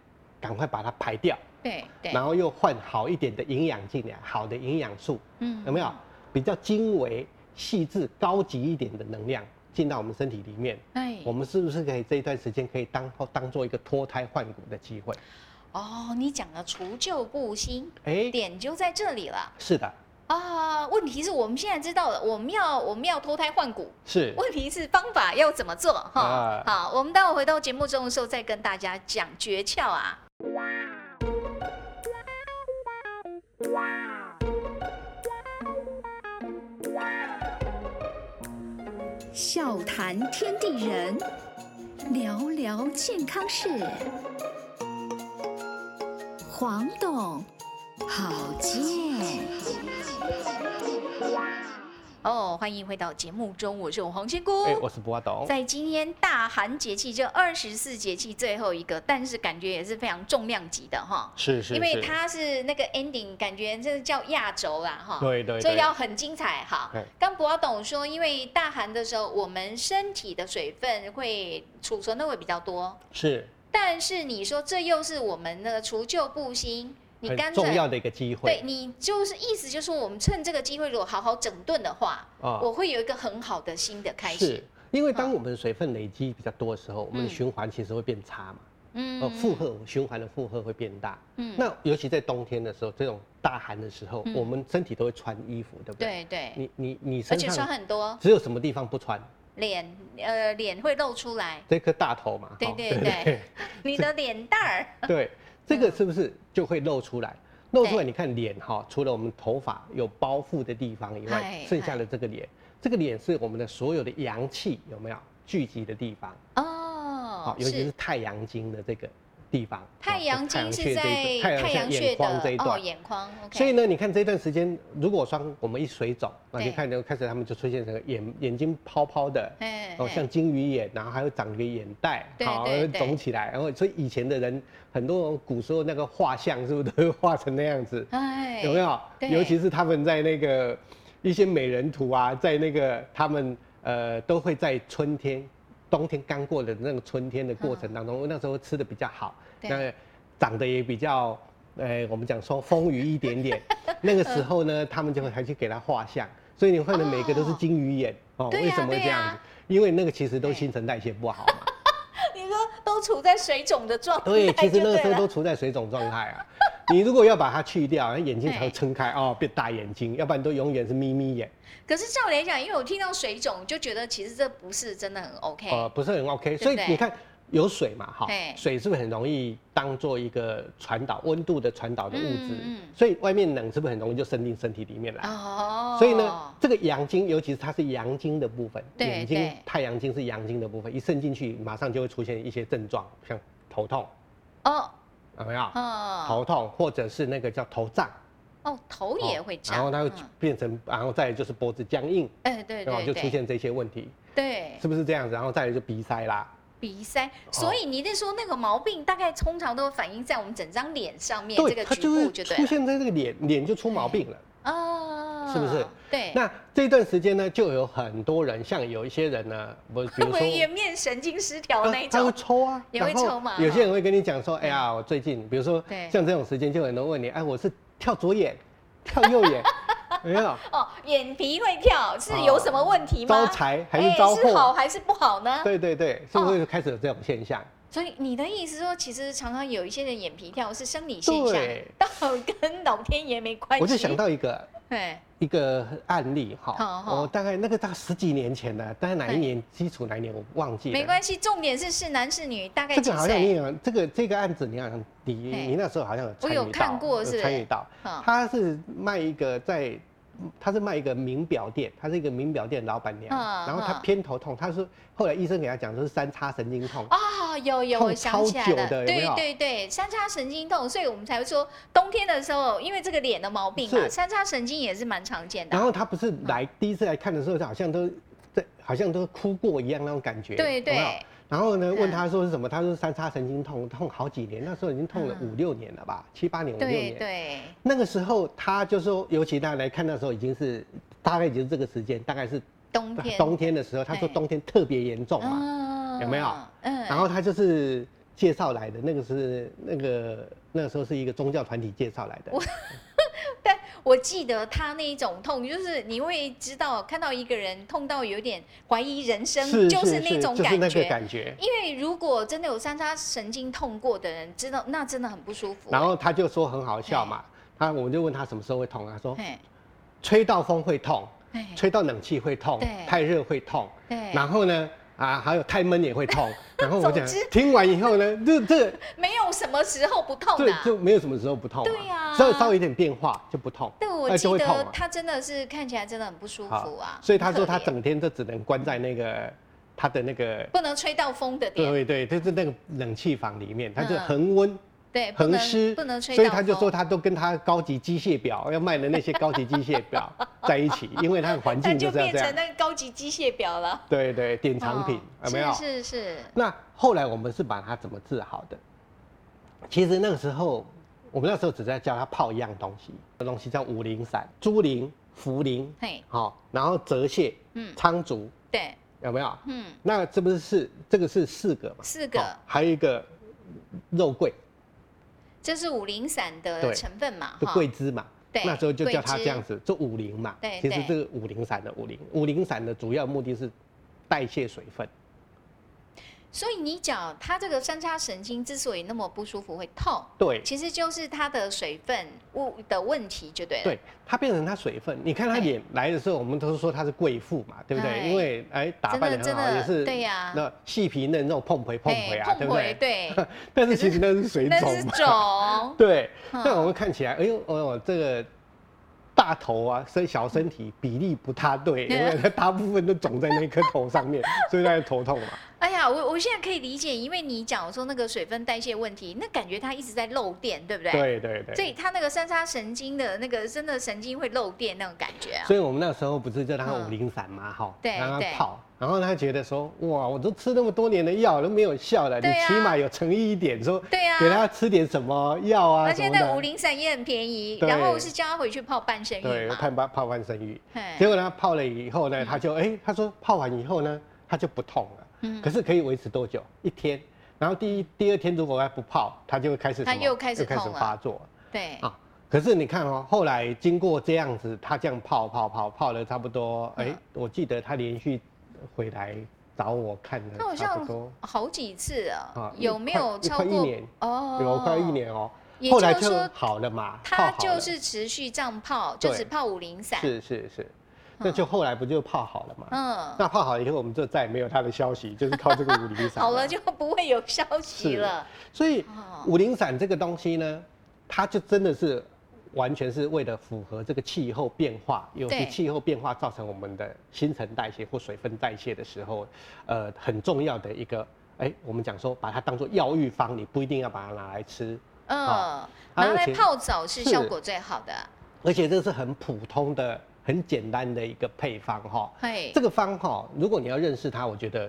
[SPEAKER 3] 赶快把它排掉，
[SPEAKER 1] 对对，
[SPEAKER 3] 然后又换好一点的营养剂量，好的营养素，
[SPEAKER 1] 嗯
[SPEAKER 3] 有没有？比较精微、细致、高级一点的能量进到我们身体里面？
[SPEAKER 1] 哎
[SPEAKER 3] 我，们是不是可以这一段时间可以当当做一个脱胎换骨的机会？
[SPEAKER 1] 哦，你讲的除旧布新，
[SPEAKER 3] 哎，
[SPEAKER 1] 点就在这里了
[SPEAKER 3] 是的，
[SPEAKER 1] 啊。问题是我们现在知道了，我们要我们要脱胎换骨，
[SPEAKER 3] 是。
[SPEAKER 1] 问题是方法要怎么做哈
[SPEAKER 3] 啊？
[SPEAKER 1] 好，我们待会回到节目中的时候再跟大家讲诀窍啊。
[SPEAKER 4] 笑谈天地人，聊聊健康事。黄董，好健。
[SPEAKER 1] 哦，欢迎回到节目中，我是黄仙姑。
[SPEAKER 3] 哎、我是不阿董。
[SPEAKER 1] 在今天大寒节气这二十四节气最后一个，但是感觉也是非常重量级的哈，
[SPEAKER 3] 是是，
[SPEAKER 1] 因为
[SPEAKER 3] 是
[SPEAKER 1] 它是那个 ending，感觉这是叫压轴啦哈。
[SPEAKER 3] 对对
[SPEAKER 1] 所以
[SPEAKER 3] 对哎
[SPEAKER 1] 要很精彩哈
[SPEAKER 3] 对。
[SPEAKER 1] 刚博董说，因为大寒的时候，我们身体的水分会储存的会比较多，
[SPEAKER 3] 是
[SPEAKER 1] 但是你说这又是我们的除旧布新，你
[SPEAKER 3] 很
[SPEAKER 1] 干脆
[SPEAKER 3] 重要的一个机
[SPEAKER 1] 对
[SPEAKER 3] 会。
[SPEAKER 1] 你就是意思就是说，我们趁这个机会，如果好好整顿的话，
[SPEAKER 3] 啊
[SPEAKER 1] 我会有一个很好的新的开始
[SPEAKER 3] 是。因为当我们水分累积比较多的时候，我们
[SPEAKER 1] 嗯
[SPEAKER 3] 的循环其实会变差嘛，
[SPEAKER 1] 嗯
[SPEAKER 3] 呃，负荷循环的负荷会变大。
[SPEAKER 1] 嗯
[SPEAKER 3] 那尤其在冬天的时候，这种大寒的时候，
[SPEAKER 1] 嗯
[SPEAKER 3] 我们身体都会穿衣服，对不
[SPEAKER 1] 对
[SPEAKER 3] 对？
[SPEAKER 1] 对，
[SPEAKER 3] 你你你
[SPEAKER 1] 而
[SPEAKER 3] 身
[SPEAKER 1] 且穿
[SPEAKER 3] 上
[SPEAKER 1] 很多，
[SPEAKER 3] 只有什么地方不穿？
[SPEAKER 1] 脸呃脸会露出 来，
[SPEAKER 3] 这颗大头嘛，
[SPEAKER 1] 对
[SPEAKER 3] 哈
[SPEAKER 1] 对嗯对，你的脸蛋儿，
[SPEAKER 3] 对，这个是不是就会露出来？露出来，你看脸哈，除了我们头发有包覆的地方以
[SPEAKER 1] 嗨
[SPEAKER 3] 外，剩下的这个脸，这个脸是我们的所有的阳气有没有聚集的地方，
[SPEAKER 1] 哦
[SPEAKER 3] 好，，尤其是太阳经的这个地方，
[SPEAKER 1] 哦太阳经是在
[SPEAKER 3] 这太阳
[SPEAKER 1] 穴
[SPEAKER 3] 穴
[SPEAKER 1] 的
[SPEAKER 3] 的这一
[SPEAKER 1] 哦
[SPEAKER 3] 段。
[SPEAKER 1] 眼眶，OK，
[SPEAKER 3] 所以呢，你看这段时间，如果说我们一水肿，那
[SPEAKER 1] 对
[SPEAKER 3] 你看就开始他们就出现这个眼眼睛泡泡的，
[SPEAKER 1] 哎
[SPEAKER 3] 哦，像金鱼眼，然后还有长一个眼袋，
[SPEAKER 1] 对
[SPEAKER 3] 好呃
[SPEAKER 1] 对对
[SPEAKER 3] 肿起来，然哦后所以以前的人很多古时候那个画像是不是都会画成那样子？
[SPEAKER 1] 哎
[SPEAKER 3] 有没？有？
[SPEAKER 1] 对
[SPEAKER 3] 尤其是他们在那个一些美人图啊，在那个他们呃都会在春天、冬天刚过的那个春天的过程当中，那时候吃的比较好，
[SPEAKER 1] 对
[SPEAKER 3] 那长得也比较。呃，我们讲说丰腴一点点，那个时候呢，他们就会还去给他画像，所以你看呢，每个都是金鱼眼哦
[SPEAKER 1] 对
[SPEAKER 3] 为
[SPEAKER 1] 呀
[SPEAKER 3] 什么会
[SPEAKER 1] 对啊
[SPEAKER 3] 这样
[SPEAKER 1] 呀
[SPEAKER 3] 子？因为那个其实都
[SPEAKER 1] 对
[SPEAKER 3] 新陈代谢不好嘛，
[SPEAKER 1] 你说都处在水肿的状态就
[SPEAKER 3] 对，
[SPEAKER 1] 了，
[SPEAKER 3] 其实那个时候都处在水肿状态啊。你如果要把它去掉，眼睛才会撑开哦，变大眼睛，要不然都永远是眯眯眼，
[SPEAKER 1] 可是照理来讲，因为我听到水肿，就觉得其实这不是真的很 OK，
[SPEAKER 3] 呃，不是很 OK。
[SPEAKER 1] 不
[SPEAKER 3] 所以
[SPEAKER 1] 对
[SPEAKER 3] 你看有水嘛，哈
[SPEAKER 1] 嘿，
[SPEAKER 3] 水是不是很容易当做一个传导温度的传导的物质
[SPEAKER 1] 嗯嗯？
[SPEAKER 3] 所以外面冷是不是很容易就渗进身体里面来？
[SPEAKER 1] 哦，
[SPEAKER 3] 所以呢，这个阳经，尤其是它是阳经的部分，
[SPEAKER 1] 对
[SPEAKER 3] 眼睛
[SPEAKER 1] 对
[SPEAKER 3] 太阳经是阳经的部分，一渗进去，马上就会出现一些症状，像头痛，
[SPEAKER 1] 哦
[SPEAKER 3] 有没有？
[SPEAKER 1] 哦
[SPEAKER 3] 头痛，或者是那个叫头胀。
[SPEAKER 1] 哦头也会胀，
[SPEAKER 3] 然后它会
[SPEAKER 1] 嗯
[SPEAKER 3] 变成，然后再来就是脖子僵硬，
[SPEAKER 1] 哎对
[SPEAKER 3] 然后
[SPEAKER 1] 对
[SPEAKER 3] 就
[SPEAKER 1] 对，
[SPEAKER 3] 出现这些问题，
[SPEAKER 1] 对
[SPEAKER 3] 是不是这样子？然后再来就鼻塞啦，
[SPEAKER 1] 鼻塞，
[SPEAKER 3] 哦
[SPEAKER 1] 所以你在说那个毛病，大概通常都会反映在我们整张脸上面这个
[SPEAKER 3] 它
[SPEAKER 1] 局
[SPEAKER 3] 就
[SPEAKER 1] 部
[SPEAKER 3] 是
[SPEAKER 1] 就
[SPEAKER 3] 出
[SPEAKER 1] 对了，
[SPEAKER 3] 现在这个脸，脸就出毛病了。
[SPEAKER 1] 哦，
[SPEAKER 3] 是不是？
[SPEAKER 1] 对，
[SPEAKER 3] 那这段时间呢，就有很多人，像有一些人呢，我比
[SPEAKER 1] 会
[SPEAKER 3] 如
[SPEAKER 1] 不
[SPEAKER 3] 说
[SPEAKER 1] 会颜面神经失调
[SPEAKER 3] 啊
[SPEAKER 1] 那一
[SPEAKER 3] 他会
[SPEAKER 1] 种？
[SPEAKER 3] 抽啊，
[SPEAKER 1] 也会
[SPEAKER 3] 然后
[SPEAKER 1] 抽嘛嗯
[SPEAKER 3] 有些人会跟你讲说，哎呀，我最近，比如说
[SPEAKER 1] 对
[SPEAKER 3] 像这种时间，就有人问你，哎，我是跳左眼，跳右眼， 有 没有？
[SPEAKER 1] 哦，眼皮会跳是有什么问题吗？
[SPEAKER 3] 啊招财还是
[SPEAKER 1] 哎
[SPEAKER 3] 招
[SPEAKER 1] 是好
[SPEAKER 3] 祸？
[SPEAKER 1] 还是不好呢？
[SPEAKER 3] 对对对，是
[SPEAKER 1] 哦
[SPEAKER 3] 不是开始有这种现象？
[SPEAKER 1] 所以你的意思说，其实常常有一些人眼皮跳是生理现象
[SPEAKER 3] 对，
[SPEAKER 1] 倒跟老天爷没关系。
[SPEAKER 3] 我就想，到一个
[SPEAKER 1] 哎，
[SPEAKER 3] 一个案例
[SPEAKER 1] 好
[SPEAKER 3] 哈，
[SPEAKER 1] 好
[SPEAKER 3] 我大概那个大概十几年前的，大概哪一
[SPEAKER 1] 对
[SPEAKER 3] 年基础哪一年我忘记了。
[SPEAKER 1] 没关系，重点是是男是女，大概
[SPEAKER 3] 这
[SPEAKER 1] 几
[SPEAKER 3] 个好像你
[SPEAKER 1] 岁？
[SPEAKER 3] 有这个这个案子，你好像你
[SPEAKER 1] 嘿
[SPEAKER 3] 你那时候好像有参与
[SPEAKER 1] 我有看
[SPEAKER 3] 到
[SPEAKER 1] 过是不是
[SPEAKER 3] 参与到，
[SPEAKER 1] 嗯
[SPEAKER 3] 他是卖一个在，他是卖一个名表店，他是一个名表店老板娘，
[SPEAKER 1] 嗯
[SPEAKER 3] 然后他
[SPEAKER 1] 嗯
[SPEAKER 3] 偏头痛，他说后来医生给他讲说是三叉神经痛，
[SPEAKER 1] 啊，有有，
[SPEAKER 3] 痛
[SPEAKER 1] 我想起来
[SPEAKER 3] 超
[SPEAKER 1] 了，
[SPEAKER 3] 久的有没
[SPEAKER 1] 对
[SPEAKER 3] 有
[SPEAKER 1] 对对，三叉神经痛，所以我们才会说冬天的时候，因为这个脸的毛病嘛，
[SPEAKER 3] 是
[SPEAKER 1] 三叉神经也是蛮常见的
[SPEAKER 3] 然。后他不是来第一次来看的时候，好像都在好像都哭过一样那种感觉，
[SPEAKER 1] 对
[SPEAKER 3] 有没有
[SPEAKER 1] 对
[SPEAKER 3] 然后呢，
[SPEAKER 1] 嗯
[SPEAKER 3] 问他说是什么？他说三叉神经痛，痛好几年，那时候已经痛了
[SPEAKER 1] 嗯
[SPEAKER 3] 五六年了吧，七八年、五六
[SPEAKER 1] 对
[SPEAKER 3] 年。
[SPEAKER 1] 对，
[SPEAKER 3] 那个时候他就说，尤其他来看那时候已经是大概已经是这个时间，大概是
[SPEAKER 1] 冬天
[SPEAKER 3] 冬天的时候，他说
[SPEAKER 1] 哎
[SPEAKER 3] 冬天特别严重嘛，
[SPEAKER 1] 啊
[SPEAKER 3] 有没有？
[SPEAKER 1] 嗯，
[SPEAKER 3] 然后他就是介绍来的，那个是那个那个时候是一个宗教团体介绍来的，
[SPEAKER 1] 但我记得他那一种痛，就是你会知道看到一个人痛到有点怀疑人生，就是那种
[SPEAKER 3] 就是
[SPEAKER 1] 感
[SPEAKER 3] 那
[SPEAKER 1] 觉。
[SPEAKER 3] 个感觉。
[SPEAKER 1] 因为如果真的有三叉神经痛过的人，知道那真的很不舒服。
[SPEAKER 3] 然后他就说很好笑嘛，他我们就问他什么时候会痛，他说
[SPEAKER 1] 嘿，
[SPEAKER 3] 吹到风会痛，
[SPEAKER 1] 哎
[SPEAKER 3] 吹到冷气会痛
[SPEAKER 1] 对，
[SPEAKER 3] 太热会痛，
[SPEAKER 1] 对，
[SPEAKER 3] 然后呢啊还有太闷也会 痛，然后我讲
[SPEAKER 1] 哎总之
[SPEAKER 3] 听完以后呢，这这
[SPEAKER 1] 没有什么时候不痛
[SPEAKER 3] 这
[SPEAKER 1] 的、啊。
[SPEAKER 3] 就没有什么时候不痛、啊，
[SPEAKER 1] 对呀
[SPEAKER 3] 稍微稍微有点变化就不痛，
[SPEAKER 1] 但我
[SPEAKER 3] 哎
[SPEAKER 1] 记
[SPEAKER 3] 就会痛
[SPEAKER 1] 得
[SPEAKER 3] 嘛
[SPEAKER 1] 他真的是看起来真的很不舒服啊，
[SPEAKER 3] 所以他
[SPEAKER 1] 很
[SPEAKER 3] 说
[SPEAKER 1] 可
[SPEAKER 3] 他
[SPEAKER 1] 怜
[SPEAKER 3] 整天都只能关在那个他的那个，
[SPEAKER 1] 不能吹到风的点，
[SPEAKER 3] 对对，就是那个冷气房里面，他就
[SPEAKER 1] 嗯
[SPEAKER 3] 恒温。
[SPEAKER 1] 对，不
[SPEAKER 3] 恒
[SPEAKER 1] 能
[SPEAKER 3] 湿，
[SPEAKER 1] 不能吹到
[SPEAKER 3] 所
[SPEAKER 1] 风。
[SPEAKER 3] 以他就说他都跟他高级机械表要卖的那些高级机械表在一起，因为他的环
[SPEAKER 1] 那
[SPEAKER 3] 境
[SPEAKER 1] 就
[SPEAKER 3] 就是要
[SPEAKER 1] 变
[SPEAKER 3] 这
[SPEAKER 1] 成
[SPEAKER 3] 样。
[SPEAKER 1] 那个高级机械表了。
[SPEAKER 3] 对对，典藏品
[SPEAKER 1] 哦
[SPEAKER 3] 有没有？
[SPEAKER 1] 是是是，
[SPEAKER 3] 那后来我们是把它怎么治好的？其实那个时候，我们那时候只是在教他泡一样东西，那东西叫五苓散、猪苓、茯苓，
[SPEAKER 1] 嘿，
[SPEAKER 3] 好、然后泽泻、
[SPEAKER 1] 嗯，
[SPEAKER 3] 苍竹，
[SPEAKER 1] 对，
[SPEAKER 3] 有没有？
[SPEAKER 1] 嗯，
[SPEAKER 3] 那这不是四，这个是四个嘛？
[SPEAKER 1] 四个
[SPEAKER 3] 好还有一个肉桂，
[SPEAKER 1] 这是五苓散的
[SPEAKER 3] 对
[SPEAKER 1] 成分嘛，
[SPEAKER 3] 就
[SPEAKER 1] 哈，
[SPEAKER 3] 桂枝嘛。
[SPEAKER 1] 对
[SPEAKER 3] 那时候就叫它
[SPEAKER 1] 桂枝
[SPEAKER 3] 这样子，做五苓嘛。
[SPEAKER 1] 对
[SPEAKER 3] 其
[SPEAKER 1] 对
[SPEAKER 3] 实这个五苓散的五苓，五苓散的主要目的是代谢水分。
[SPEAKER 1] 所以你讲它这个三叉神经之所以那么不舒服会痛，
[SPEAKER 3] 对
[SPEAKER 1] 其实就是它的水分物的问题，就对了。
[SPEAKER 3] 对，它变成它水分。你看它
[SPEAKER 1] 哎
[SPEAKER 3] 脸来的时候，我们都是说它是贵妇嘛，对不
[SPEAKER 1] 哎
[SPEAKER 3] 对？因为哎打
[SPEAKER 1] 真
[SPEAKER 3] 扮
[SPEAKER 1] 的
[SPEAKER 3] 的
[SPEAKER 1] 真
[SPEAKER 3] 很好，也
[SPEAKER 1] 的
[SPEAKER 3] 是
[SPEAKER 1] 对呀，
[SPEAKER 3] 那细皮嫩肉，碰回碰回啊，
[SPEAKER 1] 嘿
[SPEAKER 3] 对
[SPEAKER 1] 碰
[SPEAKER 3] 不
[SPEAKER 1] 哎回
[SPEAKER 3] 对？
[SPEAKER 1] 对，
[SPEAKER 3] 但是其实 那是水
[SPEAKER 1] 那是
[SPEAKER 3] 肿嘛。
[SPEAKER 1] 肿，
[SPEAKER 3] 对，
[SPEAKER 1] 嗯
[SPEAKER 3] 那我们看起来，哎呦，哦，这个大头啊，身小身体比例不太对，因为大部分都肿在那颗头上面，所以让人头痛嘛。
[SPEAKER 1] 哎呀，我我现在可以理解，因为你讲说那个水分代谢问题，那感觉它一直在漏电，对不对？。
[SPEAKER 3] 对对对。
[SPEAKER 1] 所以它那个三叉神经的那个真的神经会漏电那种感觉啊。
[SPEAKER 3] 所以我们那时候不是就让他
[SPEAKER 1] 嗯
[SPEAKER 3] 五苓散嘛，哈、
[SPEAKER 1] 对
[SPEAKER 3] 让他
[SPEAKER 1] 对
[SPEAKER 3] 泡，然后他觉得说，哇，我都吃那么多年的药都没有效了，你
[SPEAKER 1] 对啊
[SPEAKER 3] 起码有诚意一点，说
[SPEAKER 1] 对啊
[SPEAKER 3] 给他吃点什么药
[SPEAKER 1] 那
[SPEAKER 3] 啊什
[SPEAKER 1] 现
[SPEAKER 3] 么
[SPEAKER 1] 在五
[SPEAKER 3] 的。
[SPEAKER 1] 苓散也很便宜，
[SPEAKER 3] 对
[SPEAKER 1] 然后是叫他回去泡半身浴
[SPEAKER 3] 对，
[SPEAKER 1] 嘛。嗯
[SPEAKER 3] 泡半泡半身浴，
[SPEAKER 1] 嘿
[SPEAKER 3] 结果呢，泡了以后呢，他就哎、他说泡完以后呢，他就不痛了，
[SPEAKER 1] 嗯
[SPEAKER 3] 可是可以维持多久？一天，然后第一第二天如果他不泡，他就会开始
[SPEAKER 1] 他
[SPEAKER 3] 什么
[SPEAKER 1] 又开始痛了
[SPEAKER 3] 发作
[SPEAKER 1] 对，
[SPEAKER 3] 啊。可是你看哦，后来经过这样子，他这样泡泡泡泡了差不多，哎、
[SPEAKER 1] 嗯
[SPEAKER 3] 我记得他连续回来找我看
[SPEAKER 1] 他好
[SPEAKER 3] 了嗯差不多
[SPEAKER 1] 像好几次啊
[SPEAKER 3] 啊，
[SPEAKER 1] 有没有
[SPEAKER 3] 一快
[SPEAKER 1] 超
[SPEAKER 3] 一
[SPEAKER 1] 过
[SPEAKER 3] 快一年？
[SPEAKER 1] 哦
[SPEAKER 3] 有快一。年哦、
[SPEAKER 1] 也
[SPEAKER 3] 后来
[SPEAKER 1] 就是
[SPEAKER 3] 就
[SPEAKER 1] 说
[SPEAKER 3] 好了嘛，
[SPEAKER 1] 他
[SPEAKER 3] 泡好
[SPEAKER 1] 就
[SPEAKER 3] 了
[SPEAKER 1] 是持续这样泡，就
[SPEAKER 3] 对
[SPEAKER 1] 只泡五苓散。
[SPEAKER 3] 是是是，那就后来不就泡好了嘛？
[SPEAKER 1] 嗯，
[SPEAKER 3] 那泡好以后，我们就再也没有他的消息，就是靠这个五 苓散。
[SPEAKER 1] 好了就不会有消息
[SPEAKER 3] 是
[SPEAKER 1] 了。
[SPEAKER 3] 所以
[SPEAKER 1] 哦
[SPEAKER 3] 五苓散这个东西呢，它就真的是完全是为了符合这个气候变化，尤
[SPEAKER 1] 对
[SPEAKER 3] 其气候变化造成我们的新陈代谢或水分代谢的时候，呃，很重要的一个，哎、我们讲说把它当做药浴方，你不一定要把它拿来吃，
[SPEAKER 1] 嗯
[SPEAKER 3] 啊，
[SPEAKER 1] 拿
[SPEAKER 3] 而
[SPEAKER 1] 来
[SPEAKER 3] 且
[SPEAKER 1] 泡澡是
[SPEAKER 3] 是
[SPEAKER 1] 效果最好的。
[SPEAKER 3] 而且这是很普通的、很简单的一个配方哈。
[SPEAKER 1] 嘿
[SPEAKER 3] 这，个方哈，如果你要认识它，我觉得